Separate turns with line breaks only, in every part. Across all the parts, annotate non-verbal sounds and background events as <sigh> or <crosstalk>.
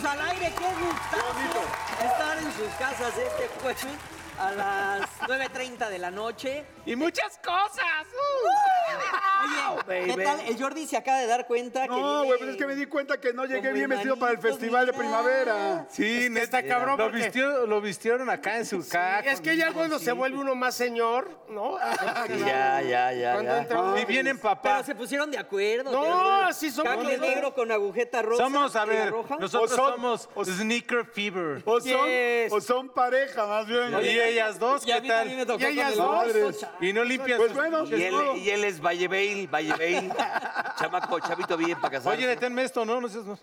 qué gustazo estar en sus casas este jueves a
<laughs>
las 9.30 de la noche.
Y muchas cosas.
Oye, ¿qué tal? El Jordi se acaba de dar cuenta que
No,
vive-
güey, pues es que me di cuenta que no llegué
Como
bien vestido para el
hermanitos,
festival de
mira.
primavera.
Sí, neta,
está cabrón
Lo,
porque-
vistió- lo vistieron acá en su casa.
Es que ya cuando se vuelve uno más señor, ¿no?
Ya, ya, ya.
Cuando
ya.
entra uno-
Y vienen papá.
Pero se pusieron de acuerdo.
No,
pero-
sí somos
Cacle
los dos.
negro con agujeta rosa.
Somos, a
y la
ver,
roja.
nosotros
O son-
somos Sneaker Fever.
O son,
Yes.
o son pareja, más bien.
Y ellas dos,
Y a
¿qué
mí también me
tal?
tocó
Y
con
ellas
el
dos.
oso,
Madres.
chaval.
Y no limpias.
Pues
sus-
bueno,
Y él, y él es Valleveil, Valleveil. Chamaco, chavito bien para casar.
Oye, deténme esto, ¿no? no seas- no.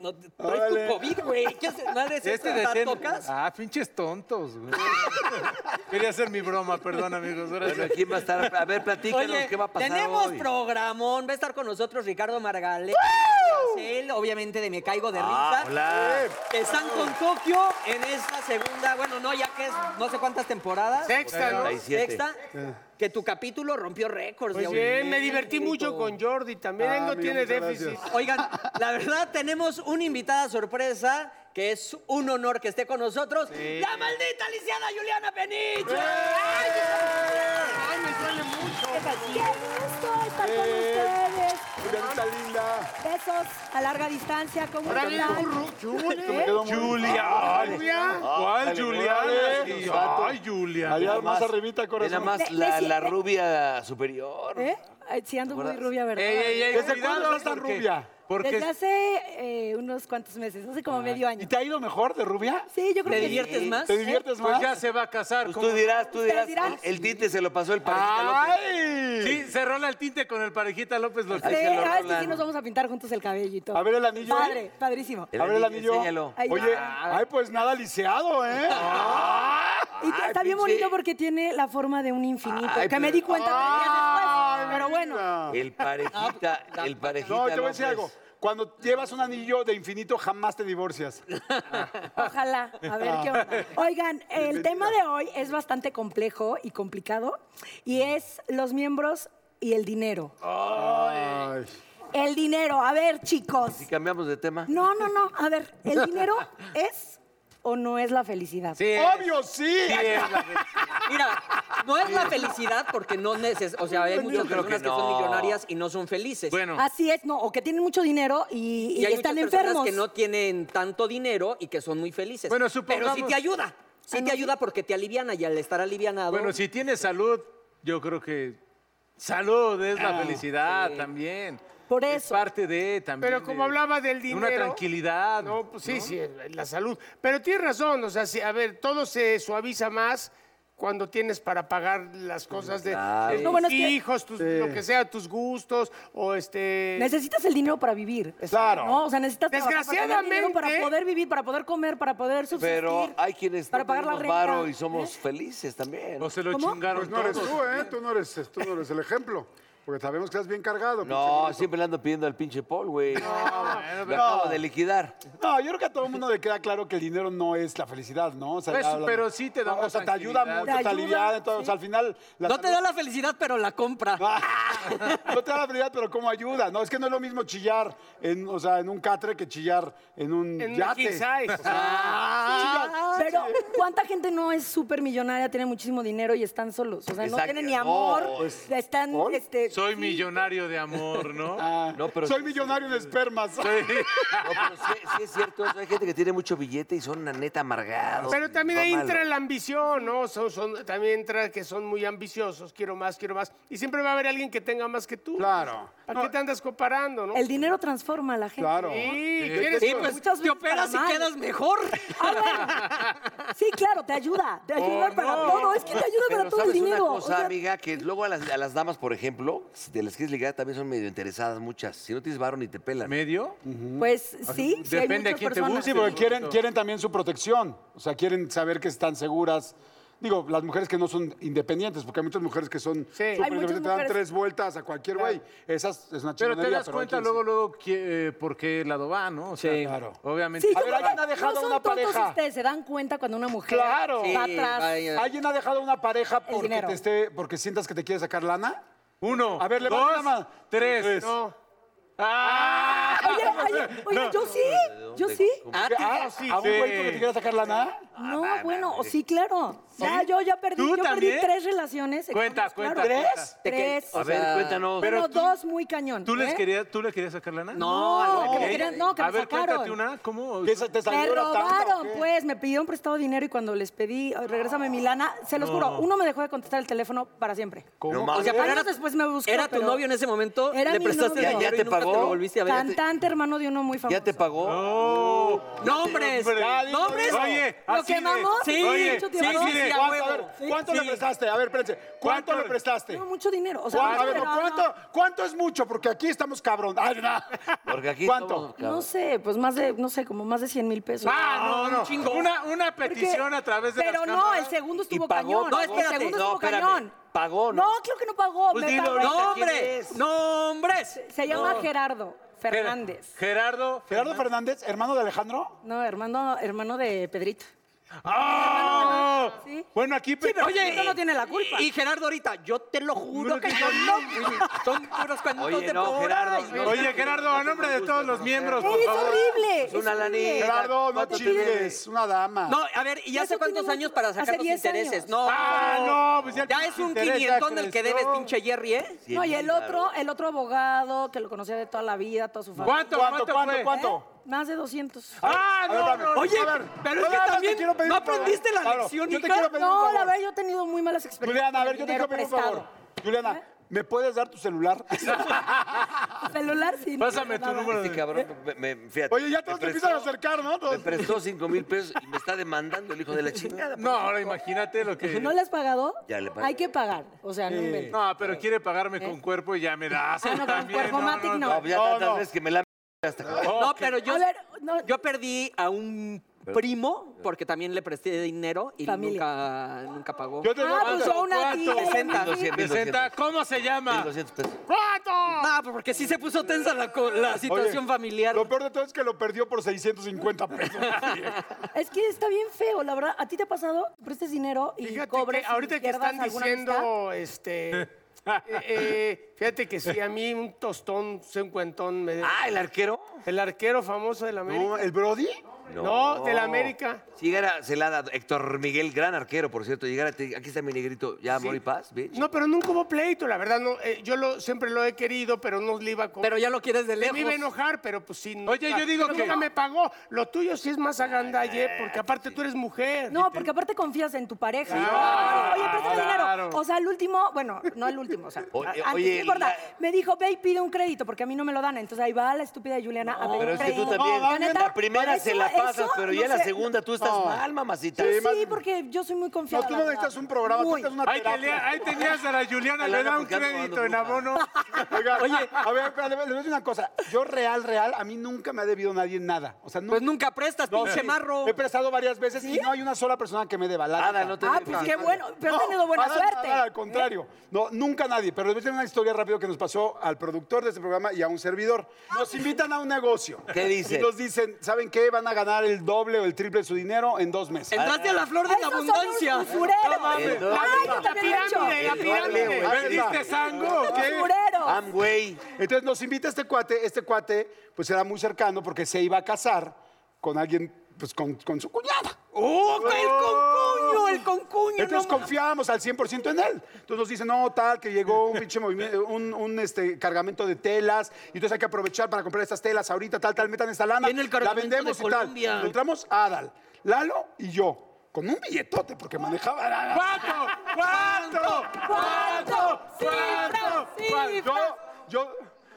No, te- traes tu
Órale.
COVID, güey. ¿Qué haces? Madre, ¿se
Este
¿La
detén.
tocas?
Ah, pinches tontos, güey. <laughs> Quería hacer mi broma, perdón, amigos. ahora sí.
Bueno, ¿quién va a estar? A ver, platícanos
Oye,
qué va a pasar
tenemos
hoy.
programón. Va a estar con nosotros Ricardo Margalef. Marcel, obviamente de Me Caigo de
Ah,
Risa.
hola.
Que están con Tokio en esta segunda, bueno, no, ya que es no sé cuántas temporadas.
Sexta, ¿no?
37.
Sexta, que tu capítulo rompió récords. de
Pues bien,
audiencia,
me divertí
grito.
mucho con Jordi también.
Ah,
Él no
amigo,
tiene
muchas
déficit.
gracias.
Oigan, la verdad tenemos una invitada sorpresa que es un honor que esté con nosotros. ¡La maldita lisiada Juliana Peniche!
Ay, me duele mucho.
¡Qué gusto estar con ustedes!
Julianita linda.
Besos a larga distancia, ¿cómo
Ahora viene
están?
burro.
<laughs>
que me
Chule.
quedó muy-
Julia.
Julia.
¿Cuál,
Dale,
Juliana?
dale.
Sí, Ay, Julia.
Allá
Nada
más
más.
arribita,
Ve nada
corazón.
más
Me- me
la,
siento-
la rubia superior.
¿Eh? Ay, Sí, ando muy rubia, ¿verdad?
Ey, ey, ey,
¿Desde
cuidado,
cuándo estás
porque-
rubia?
Porque
Desde hace eh, unos cuantos meses, hace como medio
¿Y
año.
te ha ido mejor de rubia?
Sí, yo creo
¿Te
que
diviertes
sí. ¿Eh?
más?
¿Te diviertes
pues
más?
ya se va a casar.
Pues
¿cómo?
tú dirás, tú
Ustedes
dirás.
dirán.
El, el tinte se lo pasó el parejita López.
¡Ay!
Sí, se rola el tinte con el parejita López López.
Ahí
Sí,
se lo
ah, es que
rolan.
sí nos vamos a pintar juntos el cabello y todo.
A ver el anillo.
Padre, padrísimo.
El
A ver el anillo.
Enséñalo.
Ay,
Oye, ay, pues nada lisiado, ¿eh?
Y está bien
pinche.
bonito porque tiene la forma de un infinito,
Ay,
que me
pero-
di cuenta
Ay,
días después. Pero bueno,
mira.
<laughs> El
Ah,
parejita,
pues,
el parejita pues.
No, te voy a decir
López.
algo. Cuando llevas un anillo de infinito, jamás te divorcias.
Ojalá, a ver qué
<laughs>
onda. Oigan, el tema de hoy es bastante complejo y complicado y es los miembros y el dinero.
Ay.
El dinero, a ver, chicos.
Si cambiamos de tema.
No, no, no, a ver, ¿el
<laughs>
dinero es o no es la felicidad?
Sí,
¡Obvio, sí!
sí, es la vez.
Mira, no es la felicidad porque no neces O sea, hay muchas
creo
personas
que
que, son
no.
millonarias y no son felices.
Bueno,
Así es, no, o que tienen mucho dinero y, y
y hay
están
muchas personas
enfermos.
que no tienen tanto dinero y que son muy felices.
Bueno,
Pero
supongamos-
sí te ayuda. Sí
Ah,
te
¿no?
ayuda porque te aliviana y al estar alivianado.
bueno, si tienes salud, yo creo que salud es
Ah,
la felicidad también.
Por
Es
eso.
parte de también.
Pero como
de-
hablaba del
de
dinero.
Una tranquilidad.
No, pues sí, sí, la salud. Pero tienes razón, o sea, sí, a ver, todo se suaviza más cuando tienes para pagar las cosas de, de
No,
tus
bueno, es que-
hijos, tus- lo que sea, tus gustos, o este...
Necesitas el dinero para vivir.
Claro.
No, o sea, necesitas trabajar para tener dinero, para
Desgraciadamente-
poder vivir, para poder comer, para poder subsistir.
Pero hay quienes
para
no
pagar la
tenemos
renta. ¿eh?
varo y somos felices también.
O se lo
¿Cómo?
chingaron
Pues no eres
todos.
tú, ¿eh? Tú no eres, tú no eres el ejemplo. Porque sabemos que estás bien cargado.
No, siempre le ando pidiendo al pinche Paul, güey. Lo acabo de liquidar.
pinche- No, yo creo que a todo el mundo le queda claro que el dinero no es la felicidad, ¿no? O sea,
Pues,
ya hablan-
pero sí te da
O
una
sea, te ayuda
tranquilidad.
mucho, te,
Te ayuda,
alivia, entonces, o sea, al final... la <laughs>
no te da
salud-
la felicidad, pero la compra.
Ah,
no te da la felicidad, pero ¿cómo ayuda? No, es que no es lo mismo chillar en, o sea, en un catre que chillar en un
En un
yate.
king size.
<laughs> Ah,
Pero ¿cuánta gente no es súper millonaria, tiene muchísimo dinero y están solos? O sea, no
Exacto.
tienen ni
No,
amor,
pues,
están...
¿por?
Este,
Soy
sí.
millonario de amor,
<laughs>
¿no?
No, pero
Ah, Soy
sí-
millonario de <laughs> espermas.
No, pero sí, sí es cierto. eso. Hay gente que tiene mucho billete y son una neta amargados.
Pero también
No
ahí
malo.
entra la ambición, ¿no? Son, son- también entra que son muy ambiciosos, quiero más, quiero más. Y siempre va a haber alguien que tenga más que tú.
Claro.
¿Para qué te andas comparando, no?
El dinero transforma a la gente.
Claro.
Sí, ¿quieres
Sí, pues
Muchas
te
veces
operas y
para mal.
quedas mejor.
Ah, bueno. Sí, claro, te ayuda. Te ayuda
Oh,
para
no.
todo. Es que te ayuda para
Pero
todo el
sabes una
dinero.
cosa,
o sea,
amiga, que luego a las, a las damas, por ejemplo, si te las quieres ligar, también son medio interesadas muchas. Si no tienes varón ni te pelan.
¿Medio?
Pues sí, sí hay
Depende a
muchas
quién te
personas.
guste,
Sí, porque quieren, quieren también su protección. O sea, quieren saber que están seguras. Digo, las mujeres que no son independientes, porque hay muchas mujeres que son súper
muchas
independientes, te dan
mujeres-
tres vueltas a cualquier güey. Esas es
Pero
una
te
chingonería,
das cuenta
hay quienes-
luego, luego, que, eh, por qué lado va, ¿no? O sea,
Sí. Claro.
Obviamente.
Sí,
A ver,
como
¿alguien
que
ha dejado
no son
una
tontos
pareja?
ustedes, se dan cuenta cuando una mujer
Claro.
va atrás.
vaya.
¿Alguien ha dejado una pareja porque,
dinero.
te esté, porque sientas que te quiere sacar lana?
Uno,
A ver, levanta la
dos,
mano.
tres.
No.
Oye, Oye, oigan, yo sí, yo
¿De
sí.
cómo?
Ah, ¿A
sí,
un
sí.
güey porque te quiera sacar lana?
Ah,
No, bueno,
eh.
sí, claro. Ya, yo ya perdí,
¿Tú
yo perdí
también?
tres relaciones.
Cuenta,
económicas, claro.
cuenta, cuenta.
¿Tres?
Te que-
Tres.
A ver, cuéntanos.
Bueno,
Pero tú-
dos muy cañón.
¿Tú, les
¿eh?
querías, ¿Tú le querías sacar lana?
No, que me
Ok.
querían- no, que
A
me
ver,
sacaron.
cuéntate una. ¿Cómo?
¿Qué se te
Me
salió la tanda, o
robaron,
qué?
pues, me pidieron prestado dinero y cuando les pedí, "Ay, regrésame mi lana, se los juro, uno me dejó de contestar el teléfono para siempre.
No
O
mames.
sea, pero
Años
era,
después me buscó,
era tu
pero-
novio en ese momento,
Era
le
mi
prestaste
novio.
dinero
¿Ya- ya
y
te
nunca
pagó?
te lo volviste a ver.
Cantante, hermano de uno muy famoso.
¿Ya te pagó?
Oh.
¡Nombres!
Ya, dilo,
¡Nombres!
dilo. Oye,
¿Lo
así de-
quemamos?
Sí,
Oye,
mucho
sí,
tiempo.
sí, de-
Sí,
¿Cuánto,
huevo.
a ver, ¿cuánto
Sí.
le prestaste? A ver, espérense. ¿Cuánto,
¿Cuánto?
le prestaste?
No, mucho dinero. O sea,
¿Cuánto, a ver,
pero
no,
no,
¿cuánto, ¿Cuánto es mucho? Porque aquí estamos cabrón. Ay, no.
Porque aquí
¿Cuánto?
estamos,
No,
cabrón.
sé, pues más de, no sé, como más de 100 mil pesos.
Ah, no, no.
chingo.
Una, una
Porque-
petición a través de
Pero
las
no,
cámaras.
el segundo
Y
estuvo
pagó,
cañón.
pagó.
el segundo estuvo cañón.
Oh,
Pagó,
No,
¿no?
creo que no pagó.
Pues
me
dilo
pagó.
ahorita, ¿quién
¡Nombres!
es?
¡Nombres!
Se llama Gerardo
Ger-
Fernández.
Gerardo.
Gerardo Fernández, hermano de Alejandro.
No, hermano, hermano de Pedrito.
¡Ah!
¿Sí?
Bueno, aquí.
Sí, pero
Oye,
Pedrito no tiene la culpa.
Y Gerardo ahorita, yo te lo juro que yo no. Son puros cuentos
Oye,
de
no,
por
Gerardo,
ahí.
no.
Oye, Gerardo, a nombre de todos los miembros,
Ey,
por
es
favor.
horrible.
Es una
es horrible.
lanita.
Gerardo, no
¿Cuánto
chingues. Una dama.
No, a ver, ¿y
Eso
hace
Ah. tiene
cuántos
mucho-
años para
hace
sacar los
10 años.
intereses? No.
Ah, no, pues ya.
Ya es un
interesa,
quinientón del que
creció.
debes, pinche Jerry, ¿eh?
Cien
No, y
mil
el otro,
varos.
el otro abogado que lo conocía de toda la vida, toda su familia. ¿Eh?
¿Cuánto,
¿Cuánto,
cuánto,
cuánto,
fue?
cuánto?
Más de 200.
Ah,
A ver,
no,
dame.
no, no.
Oye,
A ver,
pero es
nada
que
más te
también
quiero pedir
no
un favor.
aprendiste la
Pablo,
lección,
yo te
hija.
quiero pedir un
No, la
favor.
verdad, yo he tenido muy malas experiencias.
Juliana, a ver,
con
yo te
dinero
quiero pedir un
prestado. ¿Eh?
favor. Juliana, ¿me puedes dar tu celular?
Celular sí. no
Pásame
tengo
tu
nada.
número
Este
de.
cabrón, me, me- fíjate.
Oye, ya todos
me
te empiezan a
prestó-
acercar, ¿no?
Me
Todos.
prestó cinco mil pesos y me está demandando el hijo de la chingada.
No, ahora imagínate lo
Si
que.
no le has pagado,
Ya le pagué.
hay que pagar. O sea, no inventes.
No, pero quiere pagarme con cuerpo y ya me da. asco
Ah, no, con
también,
Cuerpomatic no.
No, ya
No,
tantas
no.
veces que me la <laughs> hasta
Oh,
cabrón.
No, pero yo,
A ver, no,
yo perdí a un primo porque también le presté dinero y
Familia.
nunca, nunca pagó.
Yo te
Ah, pues yo una
¿Cuánto?
tía. y a mí
60.
sí.
1200,
Presenta, ¿cómo se llama?
1200 pesos.
Ah, porque sí se puso tensa la, co- la situación
Oye,
familiar.
Lo peor de todo es que lo perdió por 650 pesos.
Es que está bien feo, la verdad. ¿A ti te ha pasado? Prestes dinero y
Fíjate
cobres. y
que ahorita que
pierdas
están
alguna amistad.
diciendo,
<laughs>
este, eh, eh, fíjate que sí, a mí un tostón, sí, un cuentón me debe.
Ah, el arquero.
El arquero famoso del
No,
América.
¿El Brody?
No, del América.
Si llegara, se la da Héctor Miguel, gran arquero, por cierto. Llegara, te diga, aquí está mi negrito, ya amor y paz, bitch.
No, pero nunca hubo pleito, la verdad. No, eh, yo lo, siempre lo he querido, pero no le iba a
Pero ya lo quieres de
Me
lejos.
iba a enojar, pero pues sí.
Oye, yo digo
pero
que-
nunca me pagó. Lo tuyo sí es más agandalle, porque aparte tú eres mujer.
No, porque aparte confías en tu pareja. Oye,
Ah,
préstame
claro.
dinero. O sea, el último, bueno, no el último, o sea,
<laughs> Oye,
antes,
oye,
no importa.
la-
Me dijo, ve y pide un crédito, porque a mí no me lo dan. Entonces ahí va la estúpida Juliana a pedir
Pero
un
es que tú
crédito.
también.
La neta,
la primera se
eso-
la pasas,
eso
pero
no
ya la
sé.
segunda tú estás mal, mamacita.
Yo sí, porque yo soy muy
No,
confiada.
tú
la
no
verdad.
necesitas un programa, tú
Muy.
necesitas una
Ahí,
terapia.
tenía- ahí tenías a la
<laughs>
Juliana,
La
le da
lana
un
porque ando
crédito
jugando
en
bruja.
abono.
<laughs> Oiga, a ver, espérate, les voy a decir una cosa. Yo real, real, a mí nunca me ha debido nadie nada. O sea, nunca.
Pues nunca prestas, pinche marro.
He prestado varias veces y no hay una sola persona que me deba. la
Nada,
neta.
no te
Ah,
dé
pues
paz.
qué bueno. Pero has
No,
tenido buena
para
suerte.
nada, al contrario. ¿Eh? No, nunca nadie. Pero les voy a decir una historia rápido que nos pasó al productor de este programa y a un servidor. Nos invitan a un negocio.
¿Qué dicen?
Y nos dicen, ¿saben qué? Van a ganar el doble o el triple de su dinero en dos meses.
Entraste a la flor de la
Esos son unos
abundancia.
usureros.
mames.
Ay, yo
La
también lo he hecho.
pirámide, la
El doble,
pirámide.
güey.
¿Vendiste sango o qué?
Usureros.
Amway.
Entonces nos invita este cuate. Este cuate, pues era muy cercano porque se iba a casar con alguien, pues con, con su cuñada.
¡Oh, el concuño, el concuño!
Entonces
no
confiábamos al 100% en él. Entonces nos dicen, no, tal, que llegó un pinche movimiento, un, un, este, cargamento de telas, y entonces hay que aprovechar para comprar estas telas ahorita, tal, tal, metan esta lana,
Viene el
la
cargamento
vendemos
de
y tal.
Colombia.
Encontramos a Adal, Lalo y yo, con un billetote, porque manejaba...
¿Cuánto? ¿Cuánto?
¿Cuánto? Cifras,
Yo,
cifras.
yo,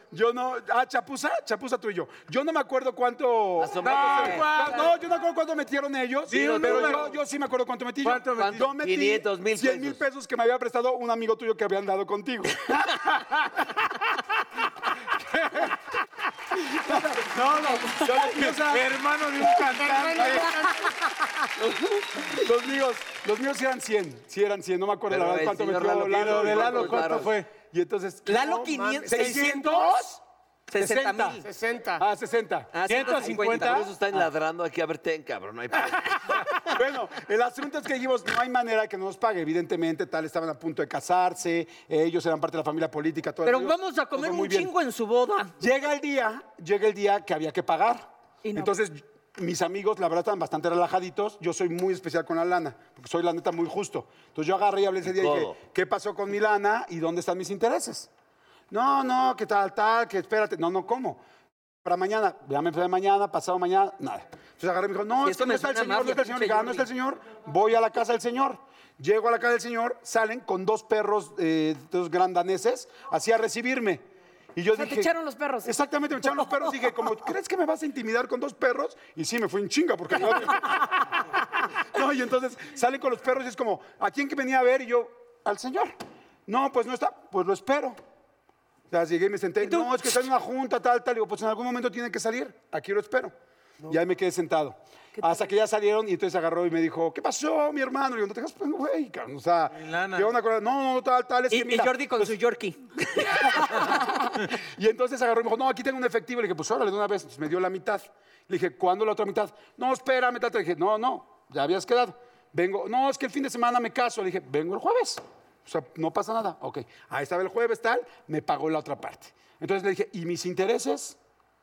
yo no... Ah, Chapuza, Chapuza tú y yo. Yo no me acuerdo cuánto...
Asomate.
No, yo no acuerdo cuánto metieron ellos,
Sí, un
pero
número.
yo, yo sí me acuerdo cuánto metí. yo.
¿Cuánto metiste?
Yo metí
500 mil
100 mil
pesos.
pesos que me había prestado un amigo tuyo que habían
<laughs>
dado contigo. <laughs>
No, no.
O sea,
Hermano de un cantante.
los míos, los míos sí eran 100, sí eran 100, no me acuerdo
Pero
la verdad
el
cuánto
señor
metió
Lalo
Lalo.
Quintero,
y
¿cuántos varos?
Y entonces...
Lalo
no,
500,
mames,
600. 60 mil.
60.
Ah, 60.
Ah,
150.
Por eso están
Ah.
Ah.
ladrando aquí. A ver, ten, cabrón. No hay
Bueno, el asunto es que dijimos, no hay manera que no nos pague, evidentemente, tal, estaban a punto de casarse, ellos eran parte de la familia política, todo
Pero
el rollo.
vamos a
Todo
comer
muy
un
bien.
chingo en su boda.
Llega el día, llega el día que había que pagar.
Y no.
Entonces, mis amigos, la verdad, estaban bastante relajaditos. Yo soy muy especial con la lana, porque soy la neta muy justo. Entonces yo agarré y hablé ese día y dije,
Todo.
¿qué pasó con mi lana y dónde están mis intereses? No, no, que tal, tal, que espérate. No, no, ¿cómo? Para mañana, ya me empecé mañana, pasado mañana, nada. Entonces agarré y me dijo, no,
Y
es
esto
que no
me
está el
suena
señor, no
mafia,
está el señor.
pinche
Dije, ah, no está el señor, voy a la casa del señor. Llego a la casa del señor, salen con dos perros, eh, dos grandaneses, así a recibirme. Y yo
sea, te
dije,
echaron los perros.
Exactamente, me echaron los perros. Dije, como, ¿crees que me vas a intimidar con dos perros? Y sí, me fui en chinga porque... No, <laughs> No, y entonces salen con los perros y es como, ¿a quién que venía a ver? Y yo, al señor. No, pues no está, pues lo espero. O sea, llegué y me senté. No, es que está en una junta, tal, tal. Y digo, pues en algún momento tiene que salir. Aquí lo espero. Y ahí me quedé sentado. Hasta que ya salieron y entonces agarró y me dijo, ¿qué pasó, mi hermano? Y yo, no te dejas, güey, cabrón, o sea,
lana.
¿qué onda con la- No, no, tal, tal, es
Y,
que
y
mira, pues
Jordi con su Yorkie.
y entonces agarró y me dijo, no, aquí tengo un efectivo. Le dije, pues órale, de una vez. Entonces me dio la mitad. Le dije, ¿cuándo la otra mitad? No, espérame, tata. Le dije, no, no, ya habías quedado. Vengo, no, es que el fin de semana me caso. Le dije, vengo el jueves. O sea, no pasa nada. Ok, ahí estaba el jueves, tal, me pagó la otra parte. Entonces le dije, ¿y mis intereses?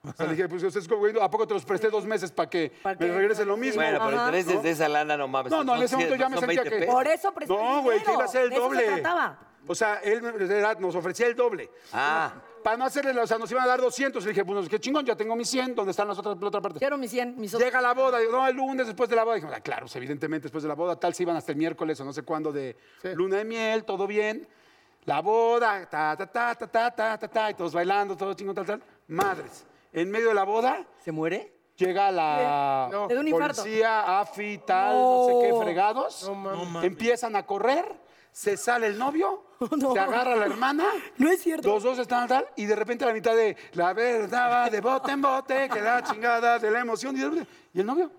O sea, le dije, pues ustedes, güey, ¿a poco te los presté dos meses para que
Pa'
me
que-
regrese lo mismo?
Bueno, pero el interés de esa lana no mames.
No, no, en ese momento ya me
son
sentía
20
que-
pesos.
Por eso presté
No,
el
güey, que
dinero,
iba a ser el
de eso se
doble.
trataba.
O sea, él me- era- nos ofrecía el doble.
Ah.
Para no hacerle, o sea, nos iban a dar 200. Le dije, bueno, qué chingón, ya tengo mis 100, ¿dónde están las otras, la otra parte?
Quiero mis 100, mis otros.
Llega la boda, digo, no, el lunes después de la boda. Dije, "Ah, claro, pues, evidentemente después de la boda, tal, se iban hasta el miércoles o no sé cuándo de luna de miel, todo bien. La boda, ta, ta, ta, ta, ta, ta, ta, ta, y todos bailando, todo chingón, tal, tal. Madres, en medio de la boda
¿Se muere?
llega la
No.
Le da un infarto.
policía, AFI, tal, no. sé qué,
No.
fregados. Empiezan a correr, se sale
<laughs>
el novio,
Oh, No.
se agarra la hermana.
No es cierto.
Los dos están tal, y de repente a la mitad de la verdad va de bote en bote, que da chingada de la emoción. Y, de repente- ¿y el novio,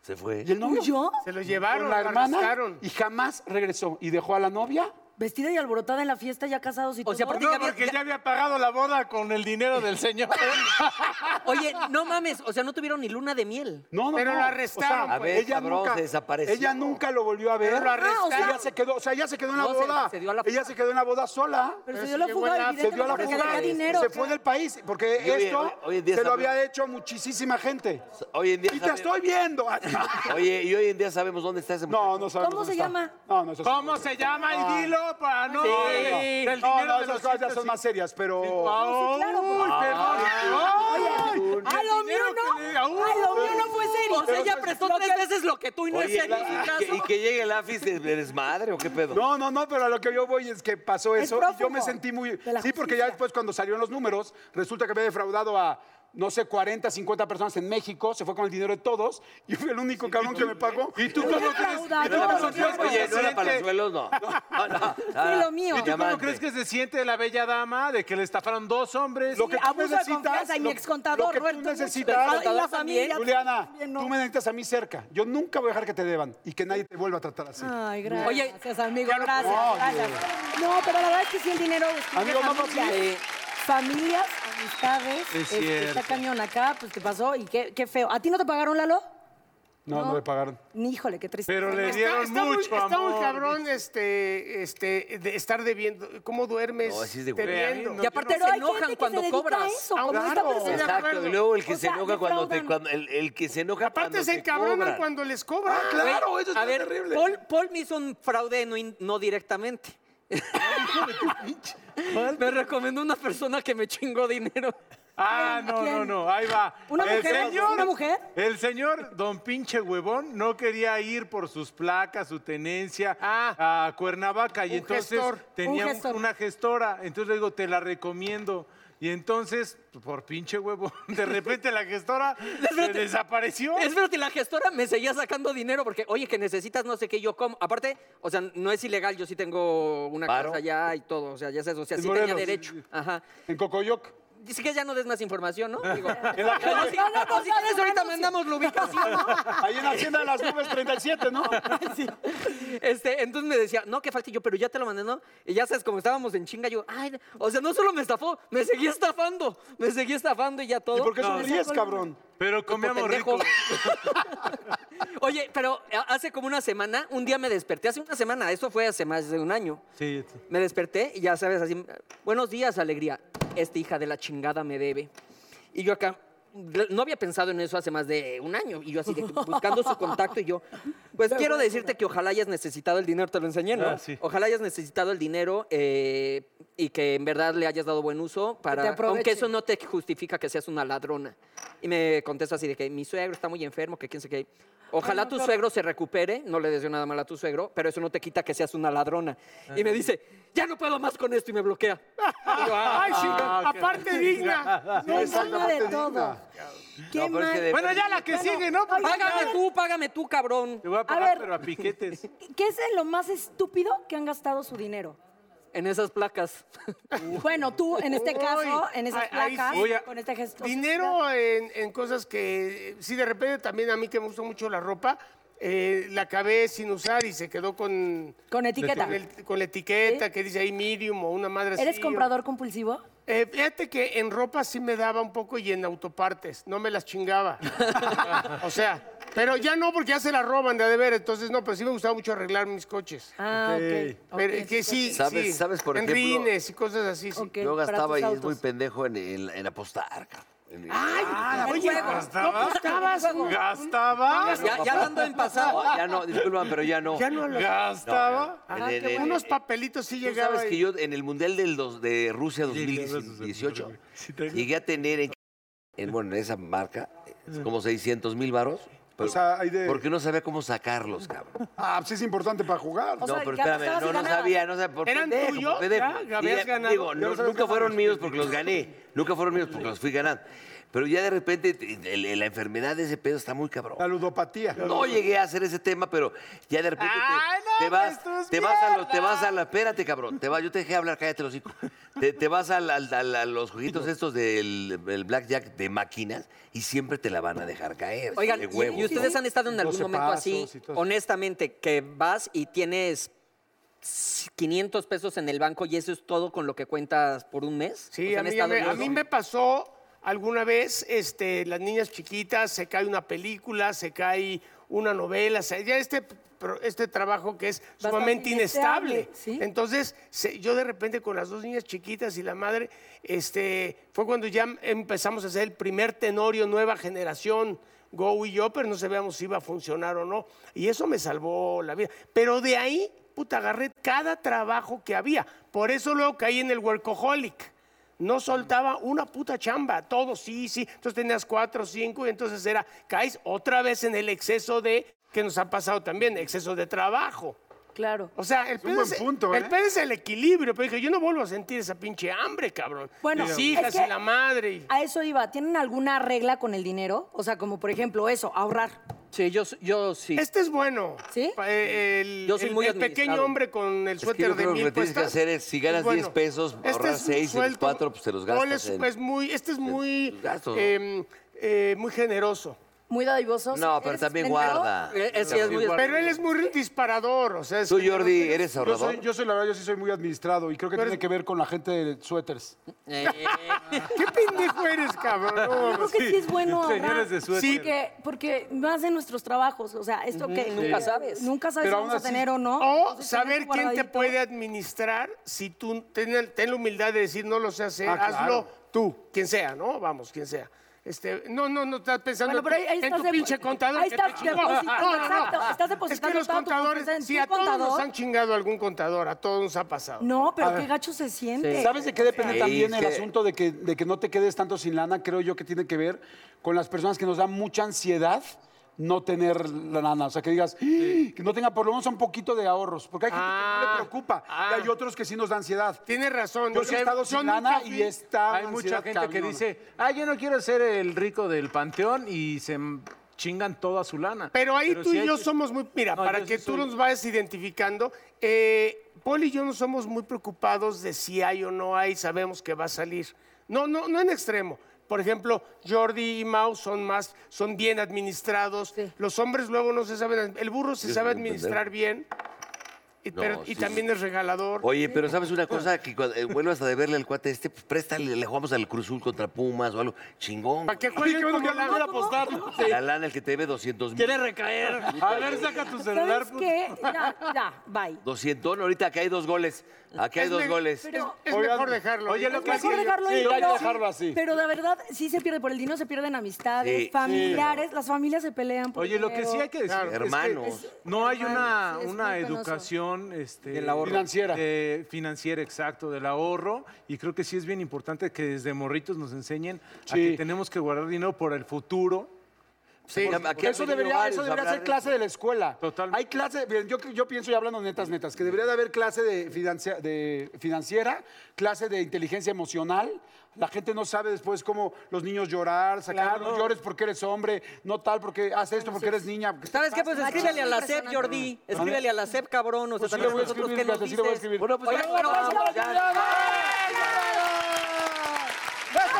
Se fue.
y el novio.
¿Huyó?
Se lo
Con
llevaron,
la hermana
arrastraron.
y jamás regresó. Y dejó a la novia.
Vestida y alborotada en la fiesta, ya casados y todo.
O sea, porque
No,
ya había-
porque
ya-
ya había pagado la boda con el dinero del señor.
<laughs> Oye, no mames, o sea, no tuvieron ni luna de miel.
No, no,
Pero
no.
lo arrestaron, pues.
O sea,
A ver,
ella
cabrón,
nunca,
se desapareció.
Ella nunca lo volvió a ver.
Pero lo arrestaron.
Ella se quedó, o sea, ella se quedó en la
No, se-
boda.
se dio a la
ella
fuga.
se quedó en la boda sola.
Pero
Pero
se
se
dio la
llegó
fuga,
en la- se
evidentemente,
Se dio a la
porque
fuga.
debía dinero.
se fue del país. Porque
Y hoy-
esto
hoy- hoy en día
se lo
sabemos-
había hecho muchísima gente.
Hoy en día.
Y te
sabe-
estoy viendo.
Oye, y hoy en día sabemos dónde está ese muchacho.
No, no sabemos.
¿Cómo
dónde
se
está.
llama?
No, Ah. no, eso
¿Cómo se llama? Y dilo para no.
Sí.
Del
No,
dinero
no,
de
esas
los
cosas ya
150.
son más serias, pero.
Ah,
sí, claro,
uy,
porque-
perdón. Ay,
A
el
lo mío
dinero
no,
que le- ah, uy.
a lo mío no fue serio.
O sea, ella prestó
Lo
tres
que-
veces lo que tú y no es
Oye,
serio,
y,
sin
que, y
caso.
que llegue el AFIS, ¿eres madre o qué pedo?
No, no, no, pero a lo que yo voy es que pasó
Es
eso y yo
prófugo
me sentí muy...
de la
Sí, porque ya
justicia.
después cuando salieron los números, resulta que había defraudado a, no sé, 40, 50 personas en México, se fue con el dinero de todos y fui el único cabrón que me pagó. ¿Y tú
cómo crees- defraudador. y tú cómo crees que
Oye, no era para los suelos, no. No, no. nada.
lo mío. ¿Y tú
¿Tú cómo
Diamante.
crees que se siente la bella dama de que le estafaron dos hombres?
Lo que tú
abuso de
necesitas,
confianza y mi
lo-
excontador,
lo que tú
Roberto, mucho.
necesitas-
Ah, y la
Contador
familia.
también.
Juliana,
Bien, no.
tú me necesitas a mí cerca. Yo nunca voy a dejar que te deban y que nadie te vuelva a tratar así.
Ay, gracias.
Oye,
gracias, amigo. Gracias, gracias. No, pero la verdad es que sí el dinero destruye
Amigo, vamos,
familias. Familias, amistades.
Es
este,
cierto.
está cañón acá, pues te pasó y qué, qué feo. ¿A ti no te pagaron, Lalo?
No, no,
no.
me pagaron.
Ni, híjole, qué triste.
Pero le
Está,
dieron
está muy,
mucho
está muy
amor.
cabrón este, este, de estar debiendo. ¿Cómo duermes?
No, así es de güey.
debiendo?
Güey, a mí
Y aparte
Pero
se
hay gente
enojan
que
cuando
se dedica a
cobras.
Eso, como
Ah,
esta
claro.
persona.
Exacto.
Exacto, y luego el que
O
se
sea,
enoja cuando te.
defraudan.
Cuando, el, el que se enoja
Aparte
cuando
se
te
encabronan
cobran.
cuando les cobran.
Ah, Claro, eso
a
está
ver,
terrible.
Paul, Paul me hizo un fraude no, in- no directamente. me recomendó una persona que me chingó dinero.
Ah, no, no,
¿Quién?
no, ahí va.
¿Una
el
mujer?
Señor,
¿Una mujer?
El señor don pinche huevón no quería ir por sus placas, su tenencia
Ah.
a Cuernavaca y
Un
entonces
gestor.
tenía
Un
un-
gestor.
una gestora. Entonces le digo, te la recomiendo. Y entonces, por pinche huevón, <laughs> de repente
<laughs>
la gestora se
Espérate.
desapareció.
Es verdad, y la gestora me seguía sacando dinero porque, oye, que necesitas no sé qué, yo como. Aparte, o sea, no es ilegal, yo sí tengo una
Varo.
casa allá y todo, o sea, ya sabes, o sea,
En
sí tenía
Morelos.
derecho. Ajá.
En Cocoyoc.
Dice que ya no des más información,
<laughs>
¿no? Digo,
En la
pero si-
calle,
No, no, no,
si quieres,
no,
ahorita
no,
mandamos la ubicación.
<laughs> ahí en la Hacienda de las Nubes 37,
<laughs>
¿no?
Este, entonces me decía, no, que falta yo, pero ya te lo mandé, ¿no? Y ya sabes, como estábamos en chinga, yo, ay, o sea, no solo me estafó, me seguí estafando, me seguí estafando y ya todo.
¿Y por qué
No.
sonríes, cabrón?
Pero
Por
Este
comíamos
pendejo.
rico.
<laughs> Oye, pero hace como una semana, un día me desperté, hace una semana, eso fue hace más de un año.
Sí,
Me desperté y ya sabes, así, buenos días, alegría. Esta hija de la chingada me debe. Y yo acá, no había pensado en eso hace más de un año. Y yo así, de que buscando su contacto y yo, pues quiero decirte que ojalá hayas necesitado el dinero, te lo enseñé, ¿no?
Ah, sí.
Ojalá hayas necesitado el dinero eh, y que en verdad le hayas dado buen uso
te
para...
aproveche.
Aunque eso no te justifica que seas una ladrona. Y me contesta así de que mi suegro está muy enfermo, que quién sé qué. Ojalá tu suegro se recupere, no le deseo nada mal a tu suegro, pero eso no te quita que seas una ladrona. Y me dice, ya no puedo más con esto y me bloquea. Y yo, "Ah".
Ay, sí, aparte digna.
No, digna de todo. Qué
No, pero es que
mal.
de-
Bueno, ya la que
Bueno,
sigue, ¿no?
oigan,
págame tú, págame tú, cabrón.
Te voy a
ver.
pagar, pero a piquetes.
¿Qué es de lo más estúpido que han gastado su dinero?
En esas placas.
<laughs> Bueno, tú, en este caso, en esas
Ay, ay,
placas,
sí.
Oye,
con este gesto.
Dinero en, en cosas que, eh, sí, de repente también a mí que me gusta mucho la ropa, eh, la acabé sin usar y se quedó con,
Con etiqueta.
con el- con la etiqueta que dice ahí medium o una madre así.
¿Eres
o-
comprador compulsivo?
Eh, fíjate que en ropa sí me daba un poco y en autopartes, no me las
<laughs>
chingaba. o sea, pero ya no porque ya se las roban de a de ver, entonces no, pero sí me gustaba mucho arreglar mis coches.
Ah, ok. ok.
Pero, que sí,
¿Sabes-
sí,
sabes, por
en
ejemplo?
rines y cosas así. sí.
Ok,
Yo
para tus
gastaba y es
autos.
muy pendejo en, en- en apostar, cabrón.
Ay,
En-
Ah, el
Ah, oye,
juego. pues,
¿no apostabas? Ah,
¿Gastaba?
Ya, ya hablando en pasado.
Ya no, disculpan, pero ya no.
Ya no lo-
¿Gastaba?
No, en-
Ah,
en-
qué
en-
bueno. Unos papelitos sí
Tú
llegaban.
sabes que yo en el Mundial del dos- de Rusia 2018 llegué a tener en, en, bueno, en esa marca es como 600 mil varos. pero-
sea, hay de-
Porque no sabía cómo sacarlos, cabrón.
Ah, pues es importante para jugar.
O
no,
sea,
pero
ya
espérame,
gastabas y
no, no
ganabas.
sabía, no sabía por
¿Eran
pendejo, por
tuyos?
pendejo.
¿Ya? ¿Ya habías
Y
ganado?
Digo,
¿Ya
no,
los
nunca
habías
fueron míos porque los gané. Nunca fueron míos porque los fui ganando. Pero ya de repente el- el- la enfermedad de ese pedo está muy cabrón.
La ludopatía.
No llegué a hacer ese tema, pero ya de repente te-
Ay, no, pues
te, vas,
tus
te vas a los, te
mierdas.
vas a la, espérate cabrón, te vas, yo te dejé hablar, cállate los hijos. Te, te vas al- al- al- a los jueguitos estos del el blackjack de máquinas y siempre te la van a dejar
Pues
caer.
Oigan,
de
¿y-
huevo.
¿y ustedes han estado en algún
12
momento así,
pasos y todo eso.
honestamente, que vas y tienes 500 pesos en el banco y eso es todo con lo que cuentas por un mes? O
Sí,
sea,
a
han
mí, ya
estado
me,
en
a
eso.
mí me pasó alguna vez, este, las niñas chiquitas, se cae una película, se cae una novela, se- ya este, pro- este trabajo que es
Bastante
sumamente inestable.
inestable, sí.
Entonces, se- yo de repente con las dos niñas chiquitas y la madre, este, fue cuando ya empezamos a hacer el primer tenorio, nueva generación. Go y yo, pero no sabíamos si iba a funcionar o no. Y eso me salvó la vida. Pero de ahí, puta, agarré cada trabajo que había. Por eso luego caí en el workaholic. No soltaba una puta chamba, todo sí, sí. Entonces tenías cuatro, cinco, y entonces era, caes otra vez en el exceso de, que nos ha pasado también, exceso de trabajo.
Claro.
O sea, el,
un
pedo
buen
es,
punto,
el
¿eh?
pedo es el equilibrio, pero dije, yo no vuelvo a sentir esa pinche hambre, cabrón.
Bueno,
Mis
es
hijas
que-
y la madre. y-
A eso iba. ¿Tienen alguna regla con el dinero? O sea, como por ejemplo eso, ahorrar.
Sí, yo, s- yo sí.
Este es bueno.
¿Sí?
Pa- eh, El,
Yo soy
el-
muy
el
administrado.
pequeño hombre con el
que
suéter
yo creo
de
que
mil
lo que tienes que
puestas,
hacer es, si
es
ganas 10 pesos, ahorrar
este es un
6 y los
sueldo.
4, pues, te los gastas
Ole, Es,
en-
es muy, este es muy,
los gastos, ¿no?
eh, eh, muy generoso.
Muy dadivosos.
No, pero
¿Eres
también
esplendoroso?
guarda.
Eh, eh, sí, es muy-
Pero él es muy disparador, o sea, es
Tú, Jordi, ¿eres
Yo
ahorrador?
soy, yo soy, la verdad, yo sí soy muy administrado y creo que tiene que ver con la gente de suéteres.
Eh,
¿Qué pendejo eres, cabrón?
Yo creo que sí, es bueno ahorrar.
Señores de suéter.
Sí.
Porque, porque más de nuestros trabajos, o sea, esto que
nunca sabes.
Nunca sabes
Pero
si
aún
vamos a
así-
tener o no.
O
Entonces, tener
saber quién te
guardadito.
puede administrar si tú ten, ten la humildad de decir no lo sé hacer,
Ah, claro.
hazlo tú, quien sea, ¿no? Vamos, quien sea. Este, no, no, no estás pensando
Bueno, pero ahí, ahí
en tu- en
estás
tu
de-
pinche contador.
Ahí
que
estás
te chingó.
depositando,
No, no, no.
exacto, estás
Es que
depositando
los
toda tu
contadores,
confianza en
sí,
tu
a todos nos
contador.
han chingado algún contador, a todos nos ha pasado.
No, pero qué gacho se siente.
¿Sabes de qué depende
Sí,
también
es
el
que-
asunto de que, de que no te quedes tanto sin lana? Creo yo que tiene que ver con las personas que nos dan mucha ansiedad no tener la lana. O sea, que digas, "Ah", que no tenga por lo menos un poquito de ahorros. Porque hay gente que no
Ah,
le preocupa.
ah.
y hay otros que sí nos da ansiedad.
Tienes razón.
Yo sí he
porque
estado sin
yo nunca
lana
fui-
y está
Hay mucha
ansiedad
gente que
cañona.
dice, ah, yo no quiero ser el rico del panteón y se m- chingan toda su lana.
Pero ahí tú
si
y
hay
yo
que-
somos muy. Mira,
No,
para
yo
que
sí
tú
soy-
nos vayas identificando, eh, Paul y yo no somos muy preocupados de si hay o no hay, sabemos que va a salir. No, no, no en extremo. Por ejemplo, Jordi y Mau son más, son bien administrados.
Sí.
Los hombres luego no se saben. El burro se
Yo
sabe
soy un
administrar bien. Y, pero- y
sí,
también es regalador.
Oye, pero ¿sabes una cosa? Que cuando, eh, vuelvas a deberle al cuate este, pues préstale, le jugamos al Cruzul contra Pumas o algo. Chingón.
Para que
Sí,
jueguen
qué bueno
como
que no
la-
voy a
apostar.
La lana, el que te debe 200 mil.
Quiere recaer.
A ver, saca tu celular.
¿Sabes
puto.
qué? Ya, ya, bye.
200, ahorita aquí hay dos goles. Aquí hay
Es
dos
me-
goles.
Pero-
Es
Oigan,
mejor dejarlo.
oye, lo
Es
que
mejor
sí,
dejarlo
sí,
ahí,
hay que
pero,
dejarlo así.
Pero de verdad, sí se pierde. Por el dinero se pierden amistades,
Sí, sí.
familiares. Las familias se pelean por
Oye, lo que
dinero.
sí hay que decir.
Claro.
es que
Hermanos.
no hay una,
Hermanos, sí, es
una
muy penoso.
educación este,
Del ahorro. Financiera.
de- financiera, exacto, del ahorro. Y creo que sí es bien importante que desde morritos nos enseñen a
Sí.
que tenemos que guardar dinero por el futuro.
Sí, aquí han
Eso
venido
debería,
varios
eso
a
debería
hablar
ser
de
clase
eso.
de la escuela.
Totalmente.
Hay clase, bien, yo, yo pienso, y hablando netas, netas, que debería de haber clase de, financia- de financiera, clase de inteligencia emocional. La gente no sabe después cómo los niños llorar, sacar, no llores porque eres hombre, no tal, porque haces esto porque eres niña. Ah,
¿Sabes qué? Pues
Machismo
escríbele a la CEP,
impresionante.
Jordi. Escríbele a la CEP, cabrón. O sea,
Sí le
también
voy a
nosotros
escribir,
que nos
fíjate, sí le voy a
dices.
escribir.
Bueno, pues
Oigan,
ya,
bueno,
vamos,
vamos,
ya.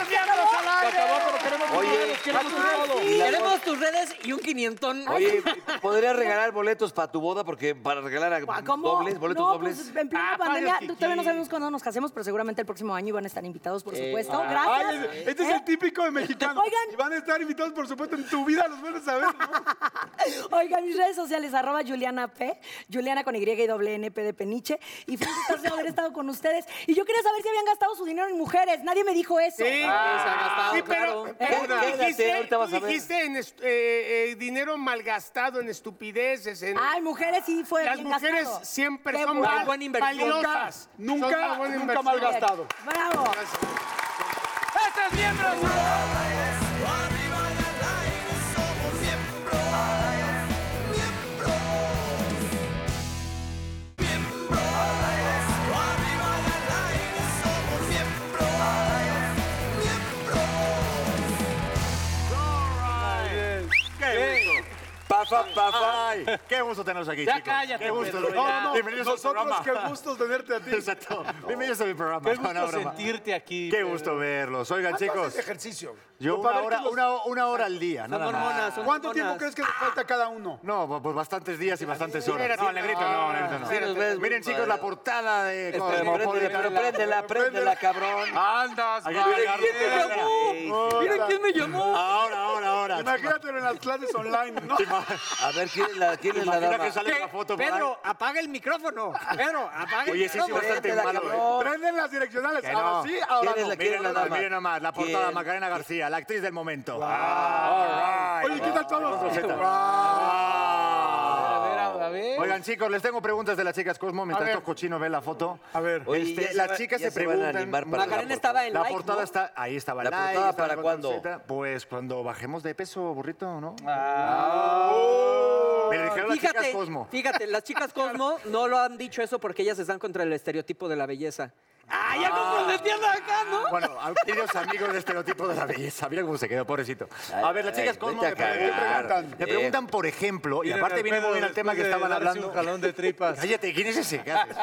Se acabó, pero queremos tus
Oye,
redes, queremos tu todo.
Queremos tus redes y un quinientón.
Oye, ¿podrías regalar boletos para tu boda? Porque para regalar a-
¿Cómo?
dobles, boletos
no,
dobles.
Pues, en plena
Ah,
pandemia,
varios
todavía no
kikis.
sabemos cuándo nos casemos, pero seguramente el próximo año van a estar invitados, por supuesto.
Eh, Ay,
Gracias.
este es
¿Eh?
el típico de mexicano.
Oigan.
Y van a estar invitados, por supuesto, en tu vida los van a saber. ¿no?
Oigan, mis redes sociales, arroba Juliana P, Juliana con Y y doble N P de Peniche. Y feliz de haber estado con ustedes. Y yo quería saber si habían gastado su dinero en mujeres. Nadie me dijo eso.
Sí,
se
Ah.
ha gastado,
Ah, sí, pero,
claro.
Eh,
pero
Quédate,
tú dijiste,
ahorita vas
tú
a ver.
dijiste en est- eh, eh, dinero malgastado en estupideces. En,
Ay, mujeres sí fue
las
bien
mujeres
gastado.
siempre
Qué
son
bueno.
val-
buena inversión.
valiosas.
Nunca,
Son una buena
nunca
inversión.
malgastado.
Bravo.
¡Estos miembros!
Pafa, pafa.
Qué gusto tenerlos aquí,
Ya
chicos.
cállate,
Qué gusto.
Pedro,
¿no?
ya. No, no,
Bienvenidos a su
Nosotros,
programa.
qué gusto tenerte a ti.
Exacto. Bienvenidos a mi programa.
Qué
No,
gusto
no, broma.
sentirte aquí.
Qué
Pedro.
gusto verlos. Oigan,
¿Cuánto
chicos,
haces de ejercicio?
yo
Para
una
ver
hora,
que los-
una, una hora al día, nada más.
hormonas, son
¿Cuánto tiempo
hormonas.
crees que le falta a cada uno?
No, pues bastantes días y bastantes horas. No, negrito, no, negrito, no.
Sí, nos ves muy
Miren, chicos, la
padre.
portada de
Este,
Pero préndela,
Cosmopolitan.
pero préndela, préndela, cabrón.
Andas,
Aquí
vale,
viene-
Arturo.
¿Quién te llamó?
Miren quién me llamó.
Ahora, ahora, ahora.
Imagínatelo en las clases online, ¿no?
A ver, ¿quién es la, quién es la
Imagina
dama?
que sale la foto por ahí.
apaga el micrófono. Pedro, apaga
Oye, sí, sí,
No,
bastante
préndela,
malo. ¿eh?
cabrón.
Prenden las direccionales.
Que
Ahora
no.
sí, ahora
¿Quién es
no.
la-
Miren nomás,
dama?
miren nomás, la portada
¿Quién?
Macarena García, la actriz del momento. Ah, All right.
Oye, ¿qué tal todos?
Wow.
A ver, a ver.
Oigan, chicos, les tengo preguntas de las chicas Cosmo. Mientras estos cochinos ven la foto. A ver.
Oye, ya se va-
las chicas
ya
se,
se van a
preguntan.
animar para
Macarena
la
estaba en
La
like,
portada
¿no?
está, ahí estaba
¿La
like,
portada
estaba
para
con
cuándo?
camiseta. Pues cuando bajemos de peso, burrito, ¿no?
Ah.
Me le dijeron las
Ah.
chicas
Fíjate,
Cosmo.
fíjate, las chicas Cosmo no lo han dicho eso porque ellas están contra el estereotipo de la belleza. Ah, ya como
este
le entiendo acá, ¿no?
Bueno, a- queridos amigos de
este <laughs>
estereotipo de la belleza, mira cómo se quedó, pobrecito. A ver, las
Ay,
chicas Cosmo
vete a
me pre- me
cagar.
preguntan, me
Bien.
preguntan, por ejemplo, y
Miren
aparte
al
viene
Pedro
muy bien al tema que
después de
estaban
darse
hablando.
un jalón de tripas.
<laughs> Cállate, ¿quién es ese? ¿Qué
<laughs>
haces?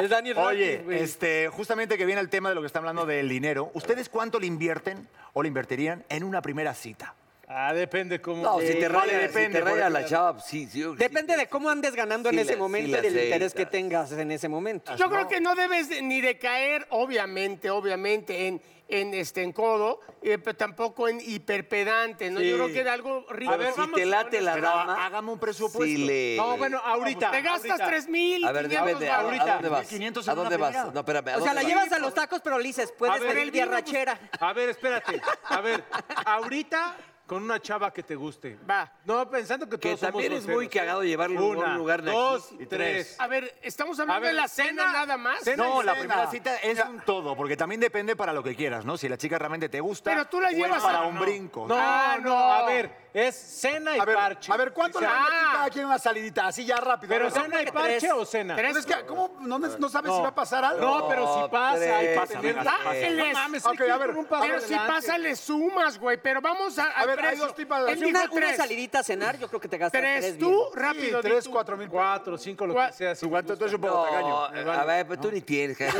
Es Dani Radcliffe,
Oye,
güey.
este, justamente que viene el tema de lo que está hablando del dinero, ¿ustedes cuánto le invierten o le invertirían en una primera cita?
Ah, depende cómo.
No, si
Sí,
te
vale,
raya, si
depende,
te raya
porque-
la chava, sí, sí. yo-
Depende de cómo andes ganando
Sí
en ese
la- sí
momento
la
y del
aceitas.
interés que tengas en ese momento.
Yo creo que no debes de- ni de caer, obviamente, obviamente, en, en, este, en codo, eh, pero tampoco en hiperpedante, ¿no? Yo
Sí.
creo que de algo rico.
A ver, si te late la
Pero
dama.
hágame un presupuesto.
si le-
No, bueno, ahorita.
Te gastas
ahorita.
3 mil,
A ver, depende. ¿A,
ahorita.
a dónde vas?
1500 en
¿A dónde
una
vas?
primera.
No, espérame. ¿a
O sea, la
dónde vas?
llevas a los tacos, pero le dices,
A
puedes
ver,
pedir
el vino,
diarrachera.
A ver, espérate. A ver, ahorita con una chava que te guste.
Va.
No, pensando que
Que
todos somos
también es muy
groseros.
cagado llevarlo a un
Una,
lugar de aquí
dos,
y
tres.
A ver, estamos
A
hablando
ver,
de la cena,
cena-
nada más.
cena-
No, la
Cena.
primera cita es un todo, porque también depende para lo que quieras, ¿no? Si la chica realmente te gusta.
Pero tú la
o es
llevas
para
a-
un
no.
brinco.
No,
Ah,
no,
no.
a ver, es cena y
A ver,
parche.
a ver, ¿cuánto
Sí,
le
sí.
van a meter
Ah.
cada quien una salidita? Así ya rápido.
Pero
Ahora,
cena y
que
parche
tres.
o cena?
Tres.
Pero es que, ¿cómo no, no sabes si va a pasar algo?
No, pero si pasa, hay que
Pásame,
tener-
pásame.
Pásenles.
No
mames, hay que ir con un paso
Pero
Pero si pasa, le sumas, güey. Pero vamos a, al
ver, hay
precio.
dos tipos de-
Él
Sí,
dijo
Una, una
tres.
salidita a cenar, yo creo que te gastas
Tres,
tres.
tú,
bien.
rápido.
Sí, tres,
di tú.
cuatro mil.
Cuatro, cinco, lo
Cua-
que sea. si
¿Cuánto
gusta.
tú es un poco
No,
tacaño?
a ver, pues tú ni tienes. cállate.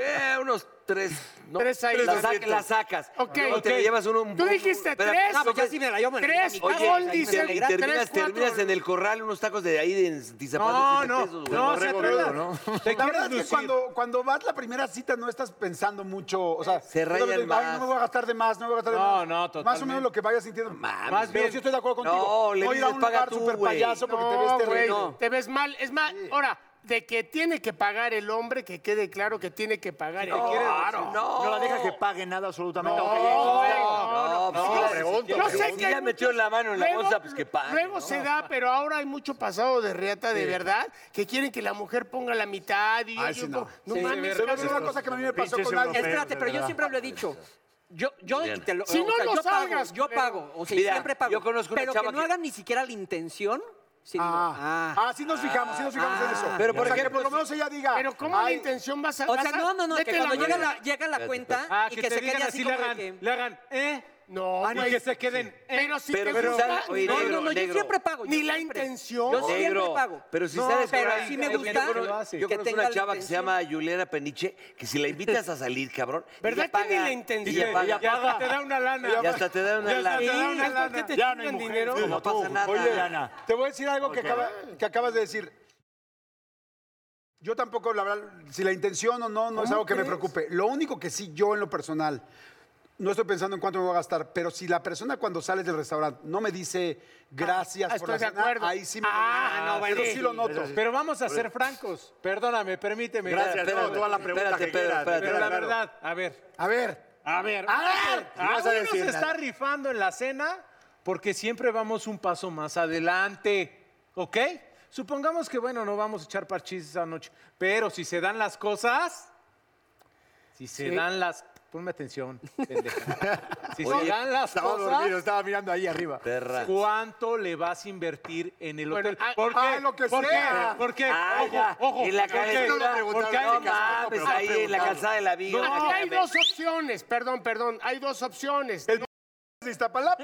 Eh, unos tres. no,
Tres ahí.
La,
Tres
saca-
ahí.
la sacas.
Ok.
Luego
Ok.
te llevas uno. un-
Tú dijiste
Espera,
tres.
No, pues ya sí me la yo me la
Tres,
llevé a mi
oye,
casa,
gol,
ahí me
Y,
dice,
la
ter-
regalé.
y
tres,
terminas,
cuatro.
terminas en el corral unos tacos de ahí de Tizapán
No,
de
no,
7 pesos, güey.
no, se atrevas. Te
La
quieres
verdad es que
lucir.
cuando, cuando vas la primera cita no estás pensando mucho, o sea,
Se rayan
solamente,
más.
"Ay, no me voy a gastar de más, no me voy a gastar de
No,
más.
no,
Más o
totalmente.
menos lo que vayas sintiendo.
mames.
Más bien.
bien.
Pero sí estoy de acuerdo contigo.
No, le
ir a
dices,
un
"Paga
lugar
tú,
super
güey".
payaso porque te
No,
ves terrible.
güey, te ves mal. Es más, ahora, de que tiene que pagar el hombre, que quede claro que tiene que pagar. el hombre.
Claro. No.
No la dejas que pague nada absolutamente.
No,
aunque llegue.
güey,
No, pues,
no,
sí,
no.
pregunto,
Yo sé
pregunto.
que
Si
hay
ya metió
muchos-
la mano en la
luego-
bolsa, pues que pague.
Luego
¿no?
se da, pero ahora hay mucho pasado de reata de verdad que quieren que la mujer ponga la mitad y yo-
Ay,
yo
sí, no.
pongo- no
Sí,
mames.
de
Pero
cabrón.
es una cosa que a mí me pasó
Pinches
con alguien.
europeos.
Espérate, pero yo siempre lo he dicho. Yo, yo
Bien.
te lo,
Si
o
no
sea,
lo
yo
salgas,
pago, yo
pero-
pago, o sea,
Mira,
siempre pago.
yo conozco una
pero
chava
que no
que-
hagan ni siquiera la intención. Si digo, ah.
Ah, ah, sí nos fijamos, sí nos fijamos en eso.
Pero, por
o sea, que
ejemplo,
por lo menos ella diga.
Pero ¿cómo la
"Ay,
intención vas a
O
vas
sea,
a-
no, no, no, que
vete a la
cuando llega
verga.
la, llega la
Espérate,
cuenta
Ah,
y
que,
que,
te
se
digan
quede
así,
así
le
como de
hagan,
que...
le hagan, ¿eh?
No,
y
güey.
que se queden, ¿eh?
Pero si
Pero
te
si
gusta,
sale- oye,
No,
negro,
no, no, yo
negro.
siempre pago. yo
Ni la
siempre.
intención.
Yo siempre
Negro.
pago.
Pero si
No,
sabes
pero
ahora-
sí me
yo- yo
gusta
conozco- Yo
que
conozco
tenga
una
la
chava que se
intención.
llama Juliana Peniche, que si la invitas a salir, cabrón.
¿Verdad
ella
que ni
paga.
la intención?
Ella paga.
Y hasta te da una lana.
Y hasta te da una
Y hasta te
lana.
da una
¿Sabes por
lana.
qué te
Ya no hay
chingan
mujeres
dinero?
como
No
tú.
pasa nada.
Oye, Ana.
Te voy a decir algo que, acaba- que acabas de decir. Yo tampoco, la verdad, si la intención o no, no es algo que me preocupe. Lo único que sí, yo en lo personal, no estoy pensando en cuánto me voy a gastar, pero si la persona cuando sales del restaurante no me dice gracias
ah,
por la
estoy de
cena,
acuerdo.
ahí sí me
Ah,
molesta.
no, bueno,
Pero sí,
sí,
lo noto.
Pero vamos a ser francos. Perdóname, permíteme.
Gracias,
Espérate,
no,
espérate,
toda la pregunta
que quieras.
Pero la verdad, a ver.
A ver,
A ver, a ver. A uno se está rifando en la cena porque siempre vamos un paso más adelante, ¿ok? Supongamos que, bueno, no vamos a echar parchís esa noche, pero si se dan las cosas, si se dan las... Ponme atención, pendeja. Si se
Oye,
dan las
Estaba dormido,
cosas,
estaba mirando ahí arriba.
Perra.
¿cuánto le vas a invertir en el hotel?
ah,
¿Por qué?
ah, lo que
¿Por
sea.
qué? ¿Por qué?
Ah, ya.
ojo, ojo.
En la
¿por qué?
calentura.
Porque hay-
No mames, ahí en la calzada de la viga.
Aquí
no
hay
mames.
dos opciones, perdón, perdón, hay dos opciones. No,
de
<laughs>
Iztapalapa.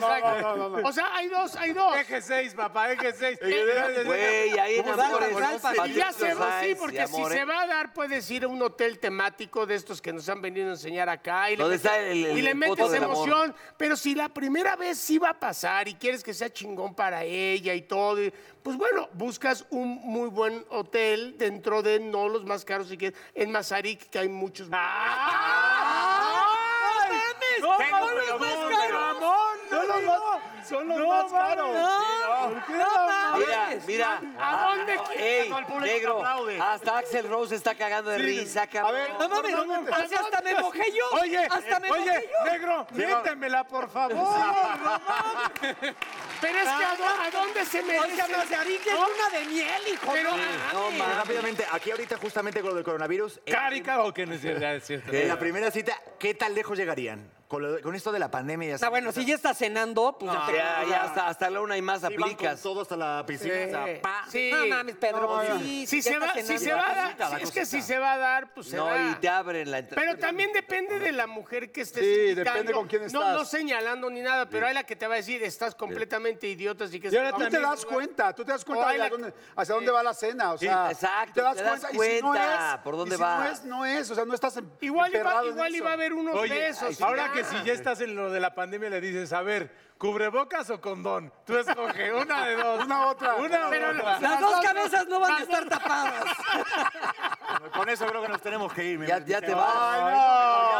exacto. O sea, hay dos, hay dos. Eh,
Eje 6, papá, eje 6.
Güey, ahí en
Como Salpa,
Amores,
Salpa.
Patricio
Y ya se va, sí,
Sainz, y
porque si
Amores.
se va a dar, puedes ir a un hotel temático de estos que nos han venido a enseñar acá y le
¿Dónde
metes,
está el- el-
y le
el
metes
poto del amor?
emoción. Pero si la primera vez sí va a pasar y quieres que sea chingón para ella y todo, y- pues bueno, buscas un muy buen hotel dentro de no los más caros si quieres. En Mazarik, que hay muchos.
¡No,
Tengo
mames,
los más
no,
caros.
Ramón, no, no,
Son los
no,
más
mames,
caros.
No,
Mira,
mames.
mira. Ah,
¿A dónde quieres?
Ey,
Al público te
negro,
aplaude.
hasta Axel Rose está cagando de risa,
A
cabrón.
ver,
No mames,
normalmente-
o sea, hasta me mojé yo.
Oye,
hasta me mojé
oye,
yo.
negro, miéntemela, por favor.
Pero es que ¿a dó- a dónde se
O sea,
merece?
Mazarik es una de miel, hijo.
Pero, ah,
No
Oye,
mames.
Rápidamente, aquí ahorita justamente con lo del coronavirus, en-
Carica, o que no es cierto, es cierto.
en la primera cita, ¿qué tan lejos llegarían? Con, lo de- con esto de la pandemia ya
O sea, Ah, bueno, si ya está cenando, pues ya te-
Ya,
Ah.
ya, hasta,
<laughs>
hasta la una y más
aplicas.
aplicas.
Todo hasta la piscina. o sea,
Ah, pa-
Eh, Sí.
No mames, Pedro. sí,
Si
ya
se,
está
va, si
cenando.
se va a
cosita, la
dar, si es que si
cosita.
se va a dar, pues se
No,
da.
y te abren la entrada.
Pero también depende de la mujer que estés
Sí,
invitando.
depende con quién
No,
estás.
no señalando ni nada, pero hay la que te va a decir, estás completamente idiota, así que...
Y ahora
vamos
tú te
a un
das
lugar".
cuenta, tú te das
O
cuenta
hay
de
la-
a dónde- hacia dónde va la cena, o sea,
exacto, te das
y si no
cuenta
es,
por dónde
y si
va.
no es, no es, o sea, no estás en-
Igual, iba,
emperrado en
igual
eso.
iba a haber unos
Oye,
besos. y
ahora
ya.
que si ya estás en lo de la pandemia, le dices, a ver, ¿cubrebocas o condón? Tú escoge una de dos.
Una otra.
Una
Pero
o otra.
Las dos cabezas no van a estar tapadas.
Con eso creo que nos tenemos que ir. me
Ya-
parece.
ya te vas.
Ay, no,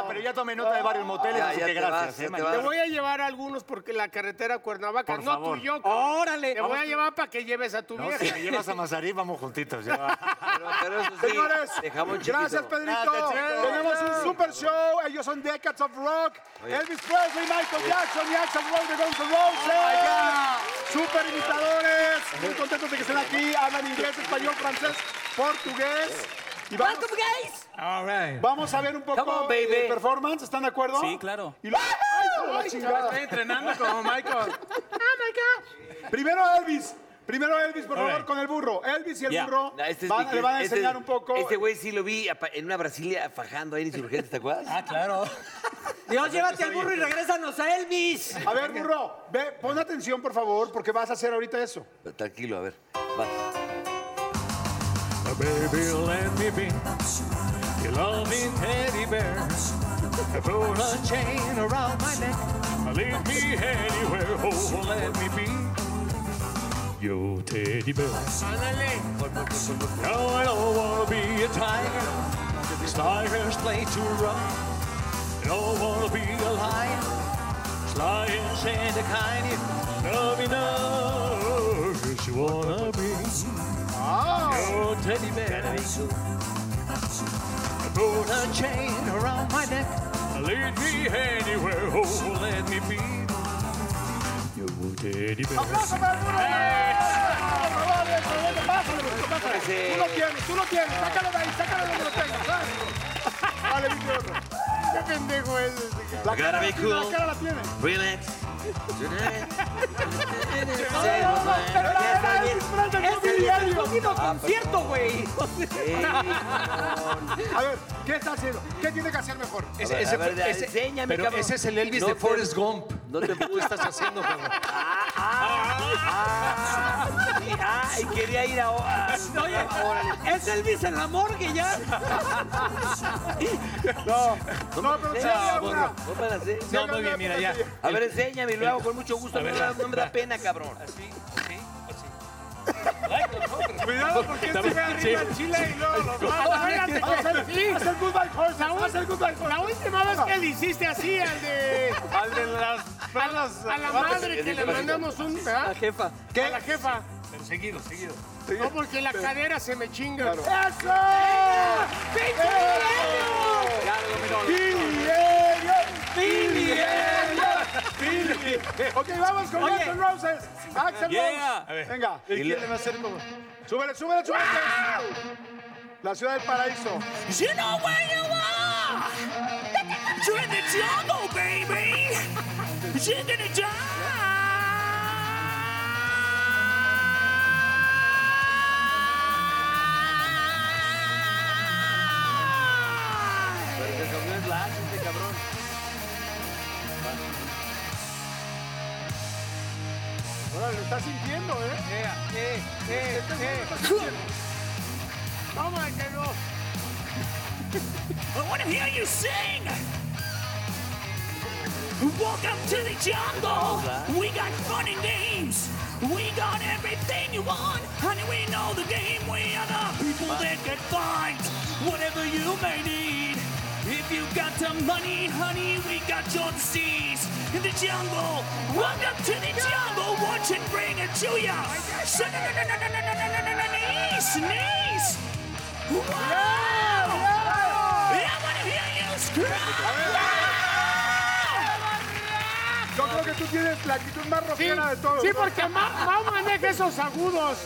ya, pero ya tomé nota de varios moteles,
Ya,
así
ya
que
te
gracias.
vas,
eh,
ya te
manito.
Te
vas.
voy a llevar a algunos porque la carretera a Cuernavaca,
Por
no
favor.
tú y yo. cabrón.
Órale.
Te voy a llevar para que lleves a tu
No,
vieja.
si me llevas a Mazarí, vamos juntitos. ya.
Pero, pero eso sí,
Señores,
dejamos chiquito.
gracias Pedrito.
Gracias, chicos.
Tenemos un super show. Ellos son Decades of Rock. Elvis Presley, Michael Jackson y Axel Rose de Guns N' Roses.
Oh
super imitadores. Muy contentos de que estén aquí. Hablan inglés, español, francés, portugués. Y vamos,
Welcome, guys.
All right.
vamos a ver un
Come on,
poco
baby.
de performance. ¿Están de acuerdo?
Sí, claro.
Y lo- ¡Ay, hijo de la chingada!
Estoy entrenando como Michael.
Primero Elvis. Primero Elvis, por favor,
right.
con el burro. Elvis y el
Ya.
burro
No, este es
van-
mi-
le van a
este-
enseñar un poco.
Este güey sí lo vi apa- en una Brasilia fajando ahí en Insurgentes, ¿te acuerdas?
Ah,
<laughs>
claro.
Dios, llévate al burro y regrésanos a Elvis.
A ver, burro, ve, pon atención, por favor, porque vas a hacer ahorita eso.
Tranquilo, a ver. Vas.
Baby, let me be.
You love me, teddy bears. I put a chain around my neck. Leave me anywhere, oh, let me be. Yo, teddy bear. No, I don't wanna be a tiger. These tigers play too rough. I don't wanna be a lion. These lions ain't the kind you love enough. Just wanna be. Yo, teddy bear. Put a chain around my neck. Lead me anywhere, oh, let me be. Yo, teddy bear.
Tú lo tienes, tú lo tienes. Sácalo de ahí, sácalo de donde lo tengas. sácalo. Vale, mi gordo. Qué pendejo es ese, La
Gotta
cara,
be
la-
cool.
la cara la
<laughs>
tiene. <laughs>
Relax. Today.
Es el próximo concierto, güey.
A ver, ¿qué está haciendo? ¿Qué tiene que hacer mejor?
Ese,
A ver,
ese
a ver,
fue- ese-
enséñame,
pero
cabrón.
ese es el Elvis
No
de
<laughs>
te-
Forrest Gump.
No te
¿Qué tú estás haciendo, <laughs> cabrón?
Ay, quería ir a.
<laughs>
Oye, es Elvis en la morgue ya.
No, pero sí había una.
No para hacer.
No, muy bien, mira, ya.
¿eh? A ver, enséñame, lo hago con mucho gusto. No, me da- no me da pena, cabrón.
Cuidado, porque este
También,
ve arriba
sí.
el chile y luego los va Haz el goodbye horse, haz el goodbye horse.
La última vez que le hiciste así al <laughs> de. Ah,
Al de las perlas.
A la madre que le mandamos un. ¿verdad?
La jefa.
A la jefa.
Seguido, seguido.
No, porque la cadera se me chinga.
Ok, vamos con Guns N' Roses. Axel
Yeah.
Rose. Venga.
¿Y quién le va a hacer Ah. como?
Súbele, súbele, súbele. La ciudad del paraíso.
You know where you are. You're in the jungle, baby. You're gonna die.
Ahora lo está sintiendo, ¿eh?
eh, I want to hear you sing. Welcome to the jungle. We got fun and games. We got everything you want. Honey, we know the game. We are the people that can find whatever you may need. If you got the money, honey, we got your disease. In the jungle, welcome to the jungle. Watch it bring it to ya. Sneeze. Wow! I want to hear you scream!
Yo creo que tú tienes la actitud más rockera de todos.
Sí, porque Mau Mau maneja esos agudos.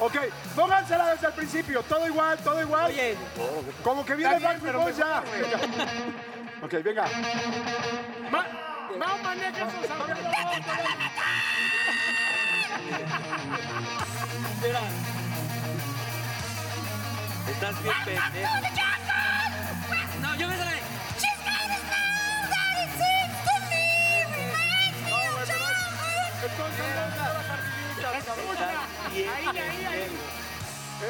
Ok, póngansela desde el principio. Todo igual, todo igual.
Oye,
Como que viene
Está bien,
Backstreet
pero
Boys
mejor,
ya. ok, venga.
Ma- Mau maneja esos agudos.
Estás bien pendejo.
no, yo me trae.
Entonces,
Ahí, ahí, ahí.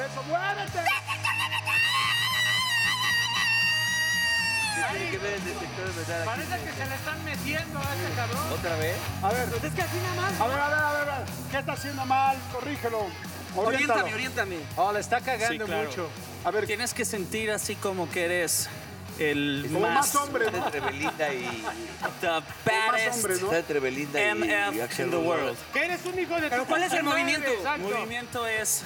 eso, muévete.
Tiene que ver el detector de metal aquí.
Parece que se le están metiendo a este cabrón.
¿Otra vez?
A ver,
Pues es que así nada más.
a ver, a ver, a ver, a ver. ¿Qué está haciendo mal? Corrígelo. Oriéntalo. Ah,
Oriéntame, oriéntame.
Oh, la está cagando mucho.
A ver,
Tienes que sentir así como que eres el
como más,
más,
hombre, ¿no?
Entre
<laughs>
Belinda y...
the
Más
baddest
hombre, ¿no?
Está entre Belinda y
MF
Axel
in the
Rose.
world.
Que eres un hijo de
Pero
tu
¿cuál es el
puta madre,
movimiento?
El
exacto.
movimiento es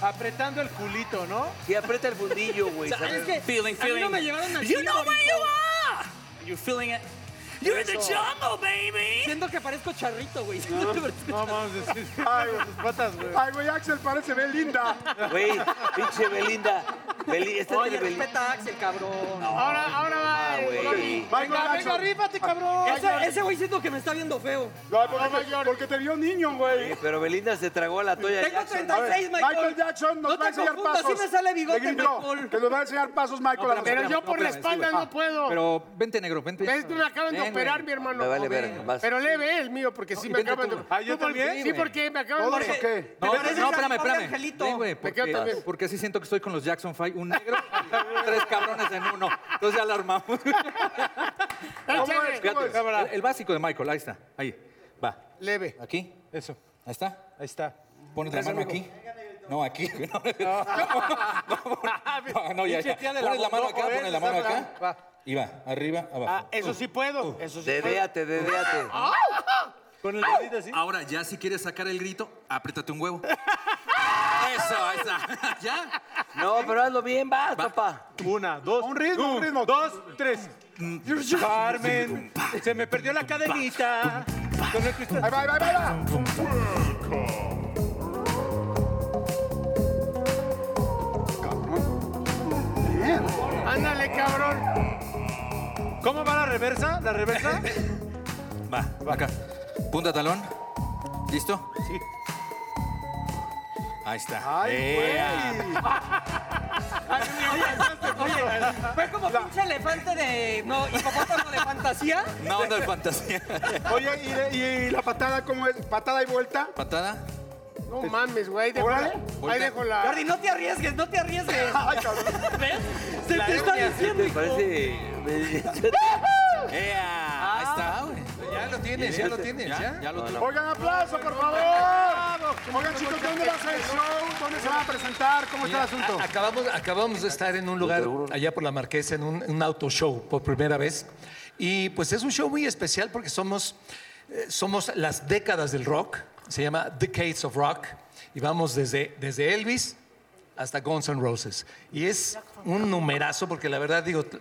Apretando el culito, ¿no?
Sí, aprieta el fundillo, güey. ¿sabes?
Es que
Feeling,
a mí no
feeling.
me llevaron así.
You know where you are!
you're feeling it.
You're in the jungle, baby!
Siento que parezco charrito, <laughs> güey.
No, vamos a decir.
Ay, güey.
sus patas, güey.
Ay, güey, Axel parece Belinda.
<laughs>
Güey, pinche Belinda. Beli- este está
Oye,
entre Belinda.
respeta a Axel, cabrón.
Ahora, ahora va.
Ah,
el
güey.
Rocky.
Michael
Venga, venga,
Jackson.
rífate, cabrón.
Ese ese güey siento que me está viendo feo.
No, porque, te, porque te vio niño, güey.
Sí, Pero Belinda se tragó a la toya.
Tengo
Jackson.
A ver,
36, Michael.
Michael Jackson
No
nos va a
te
enseñar
confundas,
pasos.
sí me sale bigote,
Le gritó
Michael.
que nos va a enseñar pasos Michael. a
Pero
nosotros.
yo por la espalda no puedo.
Pero vente, negro, vente.
Ves que me acaban de operar, mi hermano.
Me vale
No,
verga,
ven.
vas.
Pero leve el mío, porque sí
No,
me
vente
acaban de
tú.
operar.
Ah, ¿yo también?
Sí,
güey.
porque me acaban
¿Todos
de
o qué?
No,
Te pareces
no,
a mi
espérame,
pobre
espérame.
angelito.
Ven, güey,
Me quedo
porque,
también.
porque sí siento que estoy con los Jackson 5.
un negro y tres cabrones en uno. Entonces ya la armamos.
<laughs> Échale.
Fíjate, el, el básico de Michael, ahí está. Ahí. Va.
Leve.
Aquí. Eso. Ahí está.
Ahí está.
Pones la mano aquí. No, aquí. <laughs>
<laughs>
No, no, no, no, ya, ya.
Chequeale la
Pones la mano acá,
boca,
pones la mano
¿verdad?
acá. Y va, arriba,
Ah,
abajo.
eso sí puedo. Eso sí puedo.
Dedéate, dedéate.
Ah.
¡Ah!
Con el dedito así.
Ahora, ya si quieres sacar el grito, apriétate un huevo. Eso, ahí está. <laughs> ¿Ya?
No, pero hazlo bien, vas, papá.
Una, dos.
Un ritmo, un ritmo.
Dos, tres. Carmen, se me perdió la cadenita. Con el cristal.
Ahí va, ahí va, ahí va.
Ándale, cabrón.
¿Cómo va la reversa? ¿La reversa?
<laughs> Va, acá. Punta talón. ¿Listo? Sí. Ahí está. ¡Ea!
Fue como pinche elefante de. No, hipopótamo de fantasía.
Una onda de fantasía.
Oye, ¿y, de- y la patada cómo es? ¿Patada y vuelta?
Patada.
No mames, güey. dejo
Este, Órale.
la-
Voltea.
Ahí dejo la.
Jordi, no te arriesgues, no te arriesgues.
Ay, cabrón.
¿Ves? Se te está diciendo.
¿Te
hijo.
parece?
<laughs> ¡Ea!
Ah.
Ahí está, güey. Ya lo tienes, ya lo tienes. Ya, ya lo tienes.
Oigan, aplauso, por favor. Oigan, chicos, ¿dónde va a ser el show? ¿Dónde se van a presentar? ¿Cómo está el asunto?
A- Acabamos, acabamos de estar en un lugar allá por la Marquesa, en un, un auto show por primera vez. Y pues es un show muy especial porque somos, eh, somos las décadas del rock. Se llama Decades of Rock. Y vamos desde, desde Elvis hasta Guns N' Roses. Y es un numerazo porque la verdad digo... t-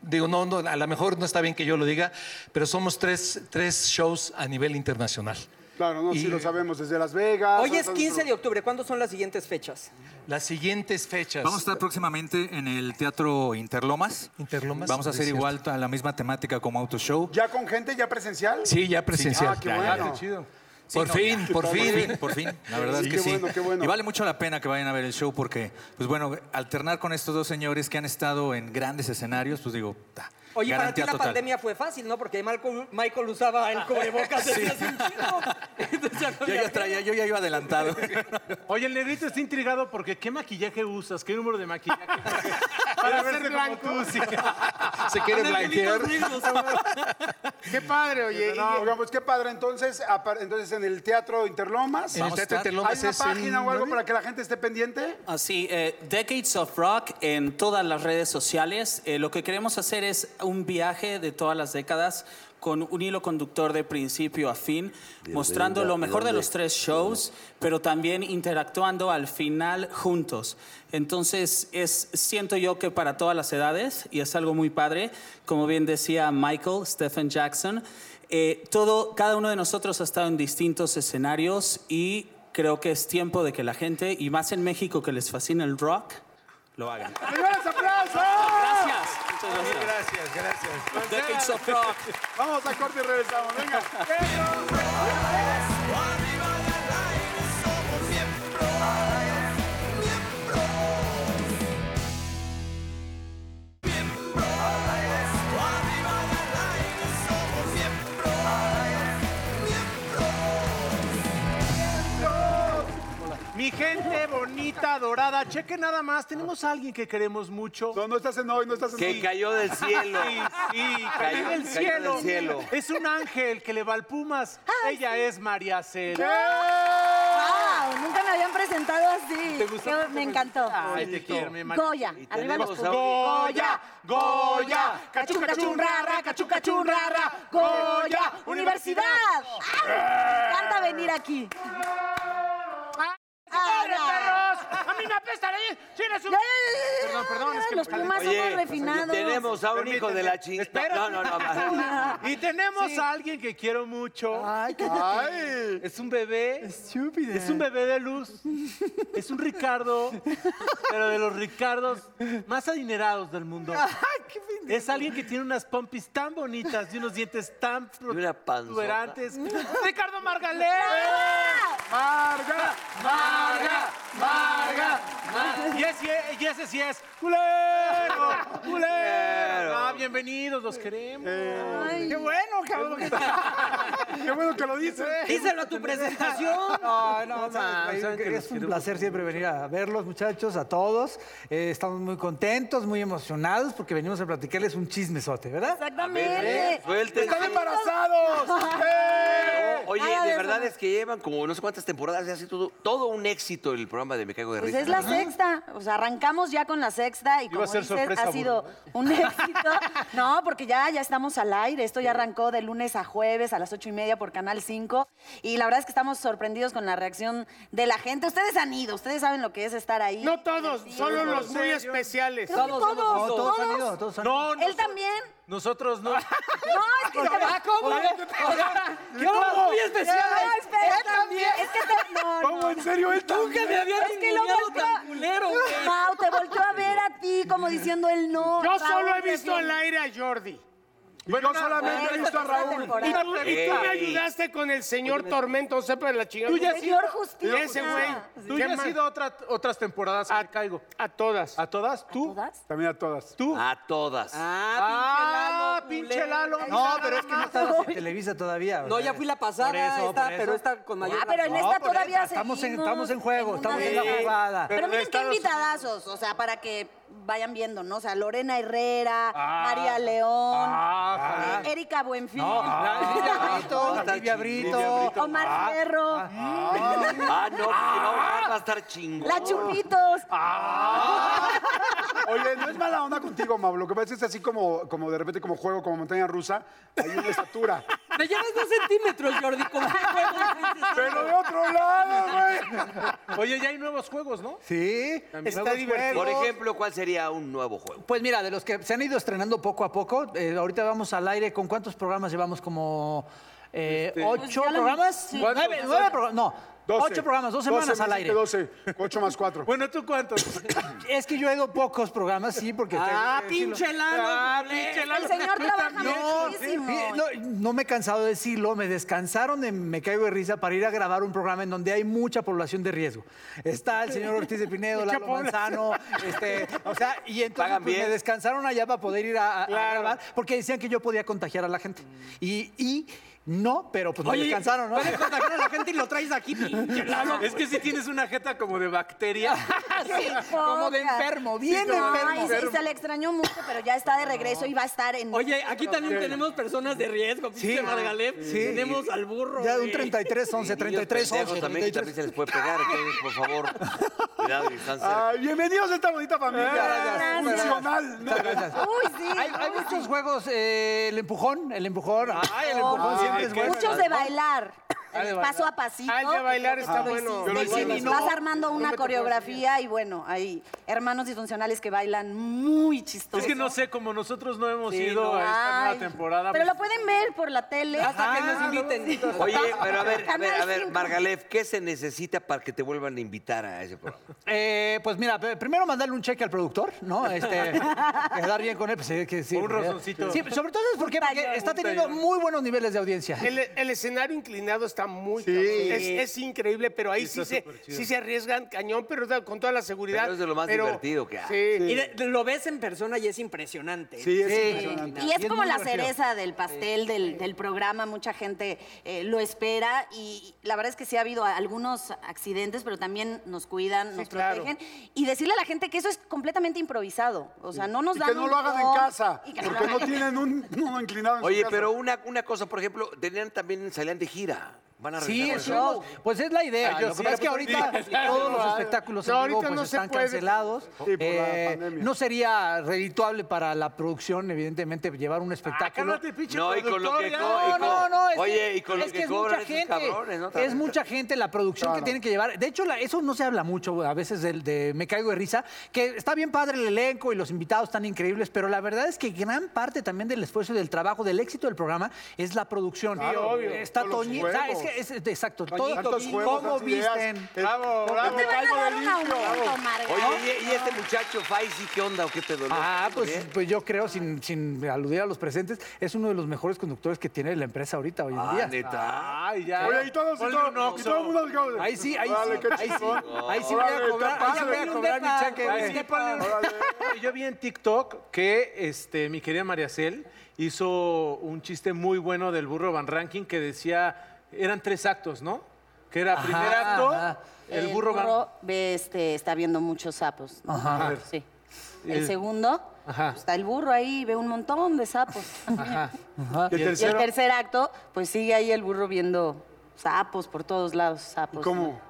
Digo, no, no, a lo mejor no está bien que yo lo diga, pero somos tres, tres shows a nivel internacional.
Claro, no, sí lo sabemos desde Las Vegas.
Hoy es 15 de octubre. ¿Cuándo son las siguientes fechas?
Las siguientes fechas.
Vamos a estar próximamente en el Teatro Interlomas.
Interlomas,
Vamos a hacer
es
igual a la misma temática como Auto Show.
¿Ya con gente, ya presencial?
Sí, ya presencial.
Ah, qué bueno.
Chido.
Sí,
Por
no,
fin,
ya.
por fin.
Por fin, la verdad
Sí,
es que
qué
sí.
bueno, qué bueno.
Y vale mucho la pena que vayan a ver el show porque, pues bueno, alternar con estos dos señores que han estado en grandes escenarios, pues digo, ta,
Oye, para ti
garantía
la
total.
pandemia fue fácil, ¿no? Porque Malcolm- Michael usaba el cubrebocas desde hace un chingo. Entonces ya no
Yo
había-
ya, traía, yo ya iba adelantado.
<laughs> Oye, el negrito está intrigado porque ¿qué maquillaje usas? ¿Qué número de maquillaje? Para verse como tú, sí.
Se quiere blanquear.
Qué padre, oye.
No,
y-
oigan, pues qué padre. Entonces, apar- entonces en el Teatro Interlomas.
En el
Vamos a
Teatro
estar-
Interlomas
¿Hay una
es en
página o algo
noviembre.
para que la gente esté pendiente?
Así,
eh, Decades of Rock en todas las redes sociales. Eh, lo que queremos hacer es un viaje de todas las décadas con un hilo conductor de principio a fin, mostrando
dónde-
lo mejor de
dónde?
los tres shows, pero también interactuando al final juntos. Entonces, es, siento yo que para todas las edades, y es algo muy padre, como bien decía Michael, Stephen Jackson, eh, todo, cada uno de nosotros ha estado en distintos escenarios y creo que es tiempo de que la gente, y más en México que les fascina el rock, lo hagan.
¡Señores, aplausos!
Gracias. Muchas gracias. Gracias, gracias. Decades of Rock.
Vamos a corte y regresamos. Venga.
Mi gente bonita, adorada, cheque nada más. Tenemos a alguien que queremos mucho.
No, no estás en hoy, no estás en
Que
hoy.
cayó del cielo.
Sí, sí,
Cayó-
cayó del
cayó
cielo.
del cielo.
Es un ángel que le va al Pumas. Ella es María Celia.
¡Wow! Nunca me habían presentado así. Yo- me encantó.
Ay, te quiero, mi María.
Goya, arriba los
tenemos
puntos.
a- Goya, Goya, cachu, cachu, rara, cachu, cachu, rara, Goya,
universidad. Ah,
¡Eh!
me encanta venir aquí. Ah, ya.
¡A mí me ¿eh? apesta ahí! ¡Tienes
Ya, ya, ya, ya,
Perdón, perdón, es que-
los Pumas somos refinados.
pues, tenemos a un hijo de la chingada. No, no, no.
Y tenemos a alguien que quiero mucho.
Ay.
Es un bebé. Es un bebé de luz. Es un Ricardo, pero de los Ricardos más adinerados del
<laughs>
mundo. <laughs> es alguien que tiene unas pompis tan bonitas y unos dientes tan
una panzota.
protuberantes.
<laughs>
¡Ricardo Margalé!
Marga, Marga, Marga.
Y, es- y ese sí es. ¡Culero! ¡Culero! Ah, bienvenidos, los queremos.
Ay,
Bueno, cabrón.
Qué bueno que lo dices.
Díselo a tu presentación.
No, no,
No,
no,
man, saben que los
<laughs> es un
quiero
placer siempre venir a verlos, muchachos, a todos. Eh, estamos muy contentos, muy emocionados, porque venimos a platicarles un chismesote, ¿verdad?
Exactamente.
Suelten.
¡Están embarazados! ¡Eh!
Oye,
Nada de
de
eso,
verdad
no.
es que llevan como no sé cuántas temporadas y ha sido todo, todo un éxito el programa de Me Cago de
Pues
Risa.
es la sexta, o sea, arrancamos ya con la sexta y
Iba a
como
ser
dices,
sorpresa,
ha sido un <laughs> éxito. No, porque ya, ya estamos al aire, esto ya arrancó de lunes a jueves a las ocho y media por Canal 5 y la verdad es que estamos sorprendidos con la reacción de la gente. Ustedes han ido, ustedes saben lo que es estar ahí.
No todos,
Sí.
solo los muy especiales.
Creo que
Todos hemos
todos,
No, todos han
todos.
ido, todos han ido.
No,
Él también.
nosotros
<laughs>
no.
No, es que se va-
¿Cómo? ¡Qué hora muy especial!
No, espera,
Él también.
Es que te- no, no.
¿Cómo? ¿En serio? ¿Él
Nunca me habían
Es que lo
ninguneado
volteó-
tan culero, güey.
Mau, te volteó a ver a ti como diciendo el no.
Yo
Raúl,
solo he
te
visto
tiene.
al aire a Jordi.
Bueno, yo solamente he
Bueno,
visto
esta
a
es la
Raúl.
Y
temporada.
tú, y tú me ayudaste con el señor Tormento, sepa la chingada.
Tú ya has ido.
Señor Justicia.
Ese güey.
Tú
¿Qué
ya has
más?
ido a otra- otras temporadas a caigo.
A todas.
¿A todas? ¿Tú?
¿Todas?
También a todas.
¿Tú?
A todas.
Ah,
pinche Lalo.
No, pero es que no estabas en Televisa todavía.
No,
o sea,
ya fui la pasada,
por eso,
esta,
por eso.
pero esta con mayor.
Ah, pero en
No,
esta
por
todavía
esta, estamos en-
seguimos
estamos en juego,
una
estamos
de
en la
esas.
jugada.
Pero,
Pero
miren qué
Estados-
invitadazos, o sea, para que vayan viendo, ¿no? O sea, Lorena Herrera, María León, eh, Erika Buenfil,
Ah, Brito, Olivia Brito.
Omar Ferro, <laughs>
Ah, no, pues, si no, va a estar chingón.
La Churritos.
Oye, no es mala onda contigo, Mau. Lo que pasa es que es así como, como de repente, como juego, como montaña rusa, hay una estatura.
Me llevas dos centímetros, Jordi. ¿Cómo que juego?
¡Pero de otro lado, güey!
Oye, ya hay nuevos juegos, ¿no?
Sí, está
Nuevos
divertido.
Por ejemplo, ¿cuál sería un nuevo juego?
Pues mira, de los que se han ido estrenando poco a poco, eh, ahorita vamos al aire con cuántos programas llevamos, como eh, ocho
Pues ya la-
programas,
sí.
nueve, nueve programas, no,
Doce.
ocho programas, dos
Doce,
semanas
me
al aire.
dijiste doce. Ocho más cuatro.
Bueno, ¿tú cuántos?
<coughs> Es que yo he ido pocos programas, sí, porque...
Ah,
tengo que decirlo.
pinche Lalo.
Ah,
culero.
pinche
El
Lalo.
señor trabaja
<laughs>
No,
muchísimo.
eh,
sí, no, no me he cansado de decirlo, me descansaron, de me caigo de risa para ir a grabar un programa en donde hay mucha población de riesgo. Está el señor Ortiz de Pinedo, Lalo Manzano, este, o sea, y entonces
Pagan
pues, me
bien.
descansaron allá para poder ir a, a- a grabar, porque decían que yo podía contagiar a la gente. Y, y no, pero pues me descansaron, ¿no?
Puedes contagiar a la gente y lo traes aquí, pinche Lalo.
Es que si tienes una jeta como de bacteria.
Como de
enfermo, bien enfermo.
Y se, y se le extrañó mucho, pero ya está de regreso y va a estar en.
Oye, aquí también tenemos personas de riesgo, pinche
Sí.
Margalef.
Sí.
Tenemos al burro.
Ya de un
güey.
33, 11,
Niños
33,
pendejos
11,
también,
33.
que también se les puede pegar, entonces, por favor, cuidado y están cerca.
Ay, bienvenidos a esta bonita
<laughs>
familia.
Gracias.
Funcional. ¿no?
Uy, sí.
Hay, hay
uy, sí.
muchos juegos, eh, el empujón, el empujón, ay, el empujón siempre es bueno.
Muchos de bailar. Paso a pasito.
Ah, el de bailar
que
está
creo que
bueno.
sí.
Yo lo
Sí,
bailo.
Vas armando
no me
una
tocó
coreografía y bueno, hay hermanos disfuncionales que bailan muy chistoso.
Es que no sé, como nosotros no hemos
Sí,
ido
no.
a esta
Ay,
nueva temporada.
Pero lo
pues,
pueden ver por la tele.
Hasta que
Ah,
nos inviten.
Oye, pero a ver, a ver, a
Canal
ver,
cinco.
Margalef, ¿qué se necesita para que te vuelvan a invitar a ese programa?
Eh, pues mira, pe- primero mandarle un cheque al productor,
<laughs>
¿no? Este, quedar bien con él. Pues, eh, que sí,
Un
porque-
rozoncito.
Este,
Sí, pues, sobre todo es porque, porque está teniendo muy buenos niveles de audiencia.
El, el escenario inclinado está muy cabrón. es, es increíble, pero ahí sí se, sí se arriesgan cañón, pero da- con toda la seguridad.
Pero es de lo más
pero-
divertido que hay.
Sí.
Y de- lo ves en persona y es impresionante.
Sí, es
Sí.
impresionante.
Y
Y
es
es
como
muy
la
divertido.
cereza del pastel del, del programa, mucha gente eh, lo espera y la verdad es que sí ha habido algunos accidentes, pero también nos cuidan, nos
claro.
protegen. Y decirle a la gente que eso es completamente improvisado, o sea, no nos
Y
dan
que no
un
lo hagan en
guión
casa,
y que no lo
porque no
hagan en-
tienen un uno inclinado en su
Oye,
casa.
pero una, una cosa, por ejemplo, tenían también, salían de gira. Van a
Sí,
regresar
es
con Ah,
un- Pues es la idea.
Ay, yo
Lo que
sí,
pasa es que
yo
<laughs>
ahorita
sí.
todos los espectáculos en
No,
vivo,
ahorita
pues,
no se
están
puede.
cancelados. Eh,
Sí, por la pandemia.
no sería redituable para la producción, evidentemente, llevar un
Ah,
espectáculo.
cálmate, pinche
No, y con lo
productor,
que
ya.
co- y
No,
con-
no, no. es
Oye,
que-
y con lo
es
que
es
cobran
mucha
esos
gente.
cabrones, ¿no?
Es mucha gente la producción
Claro.
que tienen que llevar. De hecho, la- eso no se habla mucho a veces del- de, Me Caigo de Risa, que está bien padre el elenco y los invitados tan increíbles, pero la verdad es que gran parte también del esfuerzo y del trabajo, del éxito del programa, es la producción.
Claro, obvio.
Está
Con los
Toñito. o sea, es que
juegos.
es- exacto. todo-
Tantos juegos,
¿Cómo
tantas ideas.
visten?
Eh,
Bravo,
porque
bravo.
me
Te van a
caigo de
dar un
limpio.
aumento, Marga.
Oye, y, y este muchacho, Faisy, ¿qué onda o qué pedo? ¿No?
Ah,
¿Todo
pues,
bien?
pues yo creo, sin, sin aludir a los presentes, es uno de los mejores conductores que tiene la empresa ahorita. hoy en día.
Ah, neta.
Ay, ya.
Oye, y todos, y
Ponle
todo-
un Oxxo.
y todo el mundo al cabo de-
Ahí sí, ahí
Órale,
sí,
qué
ahí sí,
chingón.
ahí sí voy a
Órale,
cobrar,
qué
ahí sí voy a
padre.
cobrar mi cheque,
Ay,
güey.
sí, ponle un- <laughs> Yo vi en TikTok que este, mi querida Mariacel hizo un chiste muy bueno del burro Van Ranking que decía, eran tres actos, ¿no? Que era primer
Ajá,
acto,
ajá.
el, burro, Van
ve, este, está viendo muchos sapos. ¿no?
Ajá. A ver.
Sí.
El-
El segundo,
Ajá.
está el burro ahí, ve un montón de sapos. <laughs>
Ajá.
Y el, tercer acto, pues sigue ahí el burro viendo sapos por todos lados, sapos.
¿Cómo?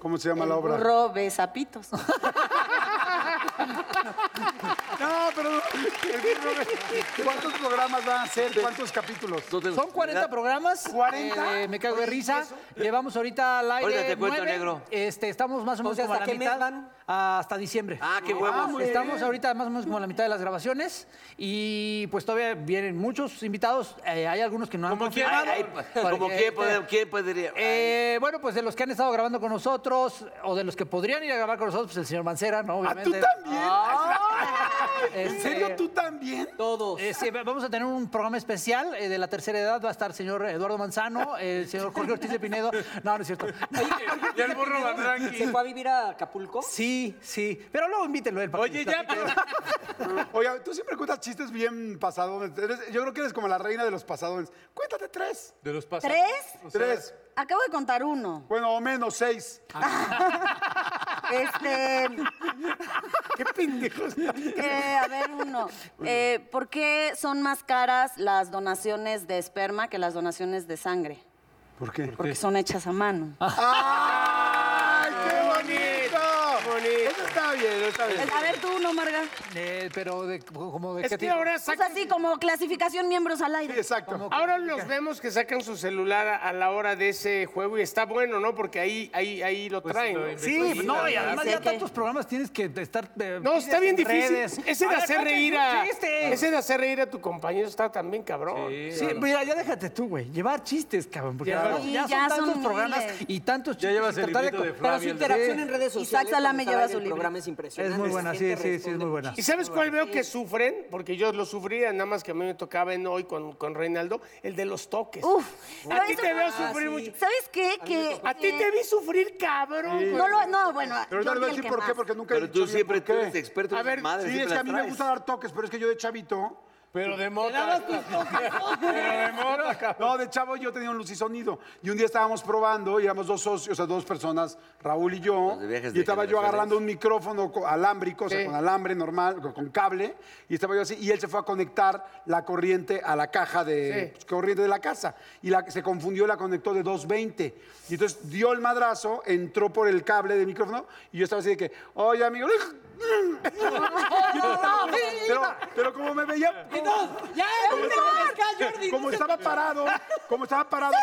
¿Cómo se llama
El
la obra?
burro ve
<laughs>
sapitos.
No, <laughs> pero el burro ve- ¿cuántos programas van a hacer? ¿Cuántos capítulos?
Son 40 programas.
40.
Eh, me cago de
Oye,
risa.
eso-
Llevamos ahorita al aire.
Ahorita te cuento,
nueve.
negro.
Este, estamos más o menos
sea,
como a la
¿hasta qué mes
mitad. Hasta diciembre.
Ah, qué huevos. Ah, muy
Estamos
bien.
ahorita más o menos como a la mitad de las grabaciones. Y pues todavía vienen muchos invitados. Eh, hay algunos que no han
¿Como quién?
confirmado.
Ay, ay,
Porque-
¿Como quién, podría- quién podría?
Eh, bueno, pues de los que han estado grabando con nosotros o de los que podrían ir a grabar con nosotros, pues el señor Mancera, ¿no? Obviamente. Ah,
¿Tú también? ¿En
Este-
serio tú también?
Todos. vamos a tener un programa especial eh, de la tercera edad. Va a estar el señor Eduardo Manzano, el señor Jorge Ortiz de Pinedo. No, no es cierto.
Y el burro Van
¿Se
Ranking.
fue a vivir a Acapulco?
Sí, sí. Pero luego invítenlo él. para que
Oye,
nos
ya,
platique.
pero...
<laughs> Oiga, tú siempre cuentas chistes bien pasadones. Eres- yo creo que eres como la reina de los pasadones. Cuéntate tres.
De los pasados.
¿Tres?
O sea,
Tres.
Acabo de contar uno.
Bueno, o menos seis.
<laughs> Este,
<laughs> Qué pendejos.
que, a ver uno. Eh, ¿Por qué son más caras las donaciones de esperma que las donaciones de sangre?
¿Por qué?
Porque son hechas a mano.
¡Ay, qué bonito! Eso está bien, está bien.
A ver tú uno, Marga.
Eh, pero de, como de
Es
qué
que
tipo.
ahora
Es
sacan,
así como clasificación miembros al aire.
Exacto.
ahora los vemos que sacan su celular a, a la hora de ese juego y está bueno, ¿no? Porque ahí, ahí, ahí
Pues
lo traen. ¿no?
Sí, no, y además
sé
ya
que-
tantos programas tienes que estar. eh,
No, está bien
en
difícil.
redes.
Ese de
ver,
hacer
cuéntanos
reír
un
a.
chiste.
Ese de hacer reír a tu compañero está también cabrón.
Sí, mira, ya déjate tú, güey. Llevar chistes, cabrón. Porque
Llevar-
ahora
Sí,
ya,
ya
son tantos
son
programas <laughs>
miles.
y tantos chistes.
llevas
y
el
tratar de
librito de
co-
Pero su
Flavia,
interacción
sí.
en redes sociales. cuando está
Salame
al
lleva
aire
su
el
libro.
programa es
Es
impresionante.
muy
La
buena, sí,
gente
sí, sí, es
responde
muy buena.
¿Y sabes cuál veo que sufren? Porque yo lo sufría, nada más que a mí me tocaba en hoy con, con Reinaldo, el de los toques.
Uf.
A
pero
ti
eso-
te veo sufrir mucho.
¿Sabes qué? Que, eh,
A ti te vi sufrir, cabrón.
No, lo, no, bueno.
Pero
yo
ahorita le voy a
ni el
decir
que
por qué,
más.
porque nunca he
Pero
dicho
tú
bien
siempre,
por
tú
qué.
eres experto
A
en
ver,
tus madres.
sí, es que
siempre
a
las
mí me
traes.
gusta dar toques, pero es que yo de chavito...
Pero de mota. <laughs> Pero de mota, cabrón.
No, de chavo yo tenía un luz y sonido. Y un día estábamos probando, íbamos dos socios, o sea, dos personas, Raúl y yo.
Los de viajes
Y
de
estaba yo
generaciones.
agarrando un micrófono co- alámbrico, o sea, con alambre normal, con, con cable. Y estaba yo así. Y él se fue a conectar la corriente a la caja de pues, corriente de la casa. Y la, se confundió y la conectó de 220. Y entonces dio el madrazo, entró por el cable del micrófono. Y yo estaba así de que, oye, amigo. <laughs> pero, pero como me veía.
¡Ya,
Como estaba parado, como estaba parado,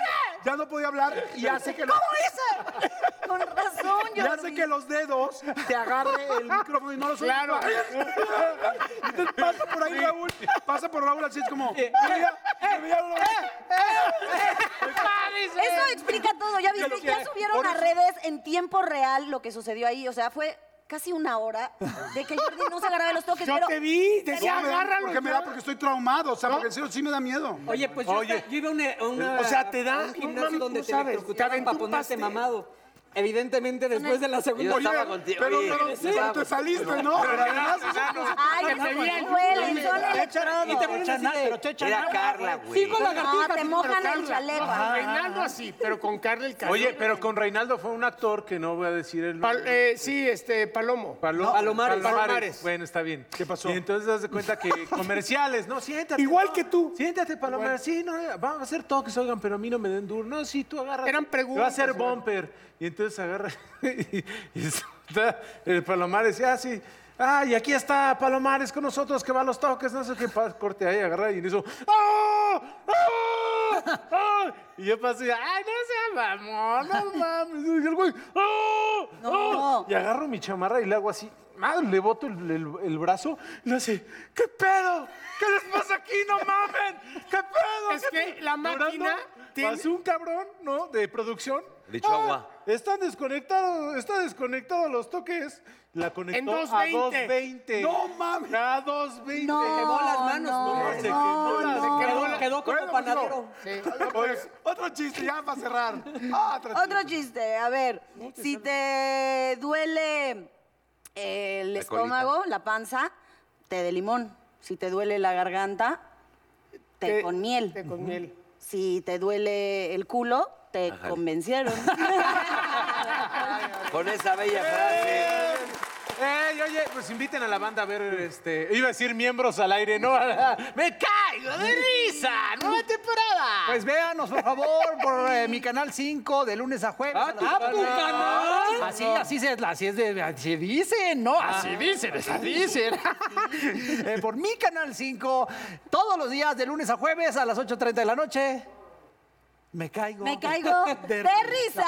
ya no podía hablar y hace que los,
¿Cómo hice? <laughs> Con razón,
y
yo.
hace que los dedos te agarre el micrófono y no lo suelta.
Claro.
<laughs> Entonces pasa por ahí Raúl, pasa por Raúl así es como, mira, mira, lo-
Eso explica todo. Ya viste, ya subieron a redes en tiempo real lo que sucedió ahí. O sea, fue casi una hora de que Jordi no se agarraba los toques.
Yo
pero
te vi,
No,
decía,
me da-
agárralo.
Porque me da porque estoy traumado, o sea, porque en serio sí me da miedo.
Oye, pues yo, esta- yo iba a una, a una-
O sea, te da-
a un gimnasio
no mames,
donde
no
te
sabes, te
electrocutaban
aventó
para
un
ponerte
pastel.
mamado. Evidentemente, después de la segunda...
Yo
Oye,
estaba contigo.
pero,
oye,
pero-
yo
pero
estaba-
te saliste, ¿no? Pero además,
Ay, no,
te vi
no,
en-
duelen, son
Y te
electrodos.
ponen así de...
Era Carla, güey.
Cinco
No,
lagartijas.
te mojan el chaleco.
Reinaldo así, pero con carne el
Oye, pero con Reinaldo fue un actor que no voy a decir el nombre.
Pal- eh, sí, este, Palomo.
Palo-
Palomares.
Palomares.
Bueno, está bien. ¿Qué
pasó?
Y entonces das de cuenta
<laughs>
que comerciales, ¿no? Siéntate.
Igual
no.
que tú.
Siéntate, Palomares. Sí, no, vamos a hacer toques, oigan, pero a mí no me den duro. No, sí, tú agarras.
Eran preguntas,
Va a hacer
oigan.
bumper. Y entonces agarra. <laughs> y, y está el Palomares, ah, sí. Ah, y aquí está Palomares con nosotros que va a los toques, no sé qué pa- corte ahí, agarra y en eso. ¡Ah! ¡Ah! ¡Ah! Y yo pasé, ay, no sea mamón, no mames. Y el güey, ¡ah!
No.
¡Oh! ¡ah! Y agarro mi chamarra y le hago así. madre, le boto el, el- el brazo y le hace, ¿qué pedo? ¿Qué les pasa aquí? ¡No mamen! ¿Qué pedo?
Es que la máquina tiene-
Pasó un cabrón, ¿no? De producción.
De Chihuahua.
Ah, están desconectados, está desconectado los toques. La conectó
En
a 2.20.
2.20. No
mames! A 2.20.
No, Se quemó las manos, no,
No,
hombre.
se
no,
quemó las
no.
manos.
Se quedó como
Bueno,
panadero.
pues,
Sí.
no. Oye, otro chiste ya para cerrar. Ah, otro
Otro chiste, a ver, si te duele eh, el
La
estómago, la panza, té de limón. Si te duele la garganta, té,
Té-
con miel.
té con miel.
Si te duele el culo, te
Ajá.
convencieron.
Con esa bella frase.
Ey, Eh, oye, pues inviten a la banda a ver, este, iba a decir miembros al aire, ¿no? <laughs> ¡Me caigo de risa! ¡Nueva temporada!
Ah.
Pues véanos, por favor, por eh, mi canal 5, de lunes a jueves.
Ah,
a las-
tu canal.
Así, así se, así es de, así dicen, ¿no? Así dicen, así dicen. <laughs> Eh, por mi canal 5, todos los días, de lunes a jueves, a las 8.30 de la noche. Me caigo.
Me caigo
<laughs>
de risa.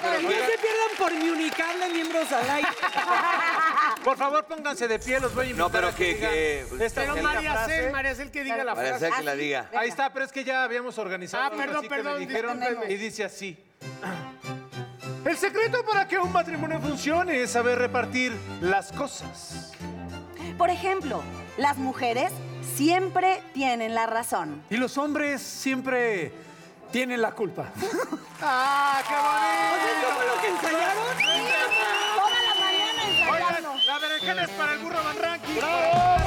pero
No se pierdan por mi unicarne miembros al aire.
Por favor, pónganse de pie, los voy a invitar.
No, pero
a
que-
digan
que-
esta
Pero
bonita
María
frase.
Cel, María Cel que diga la
María
frase.
Cel que la diga.
Ah, Ahí está, pero es que ya habíamos organizado.
Ah,
algo
perdón,
así que me
perdón,
dijeron,
discúlpenme.
y dice así. El secreto para que un matrimonio funcione es saber repartir las cosas.
Por ejemplo, las mujeres siempre tienen la razón.
Y los hombres siempre tienen la culpa.
¡Ah, qué bonito!
¿Cómo lo que ensayaron?
Toda la mañana
Oigan, la berenjena es para el burro Van Ranking. ¡Bravo!
Oh,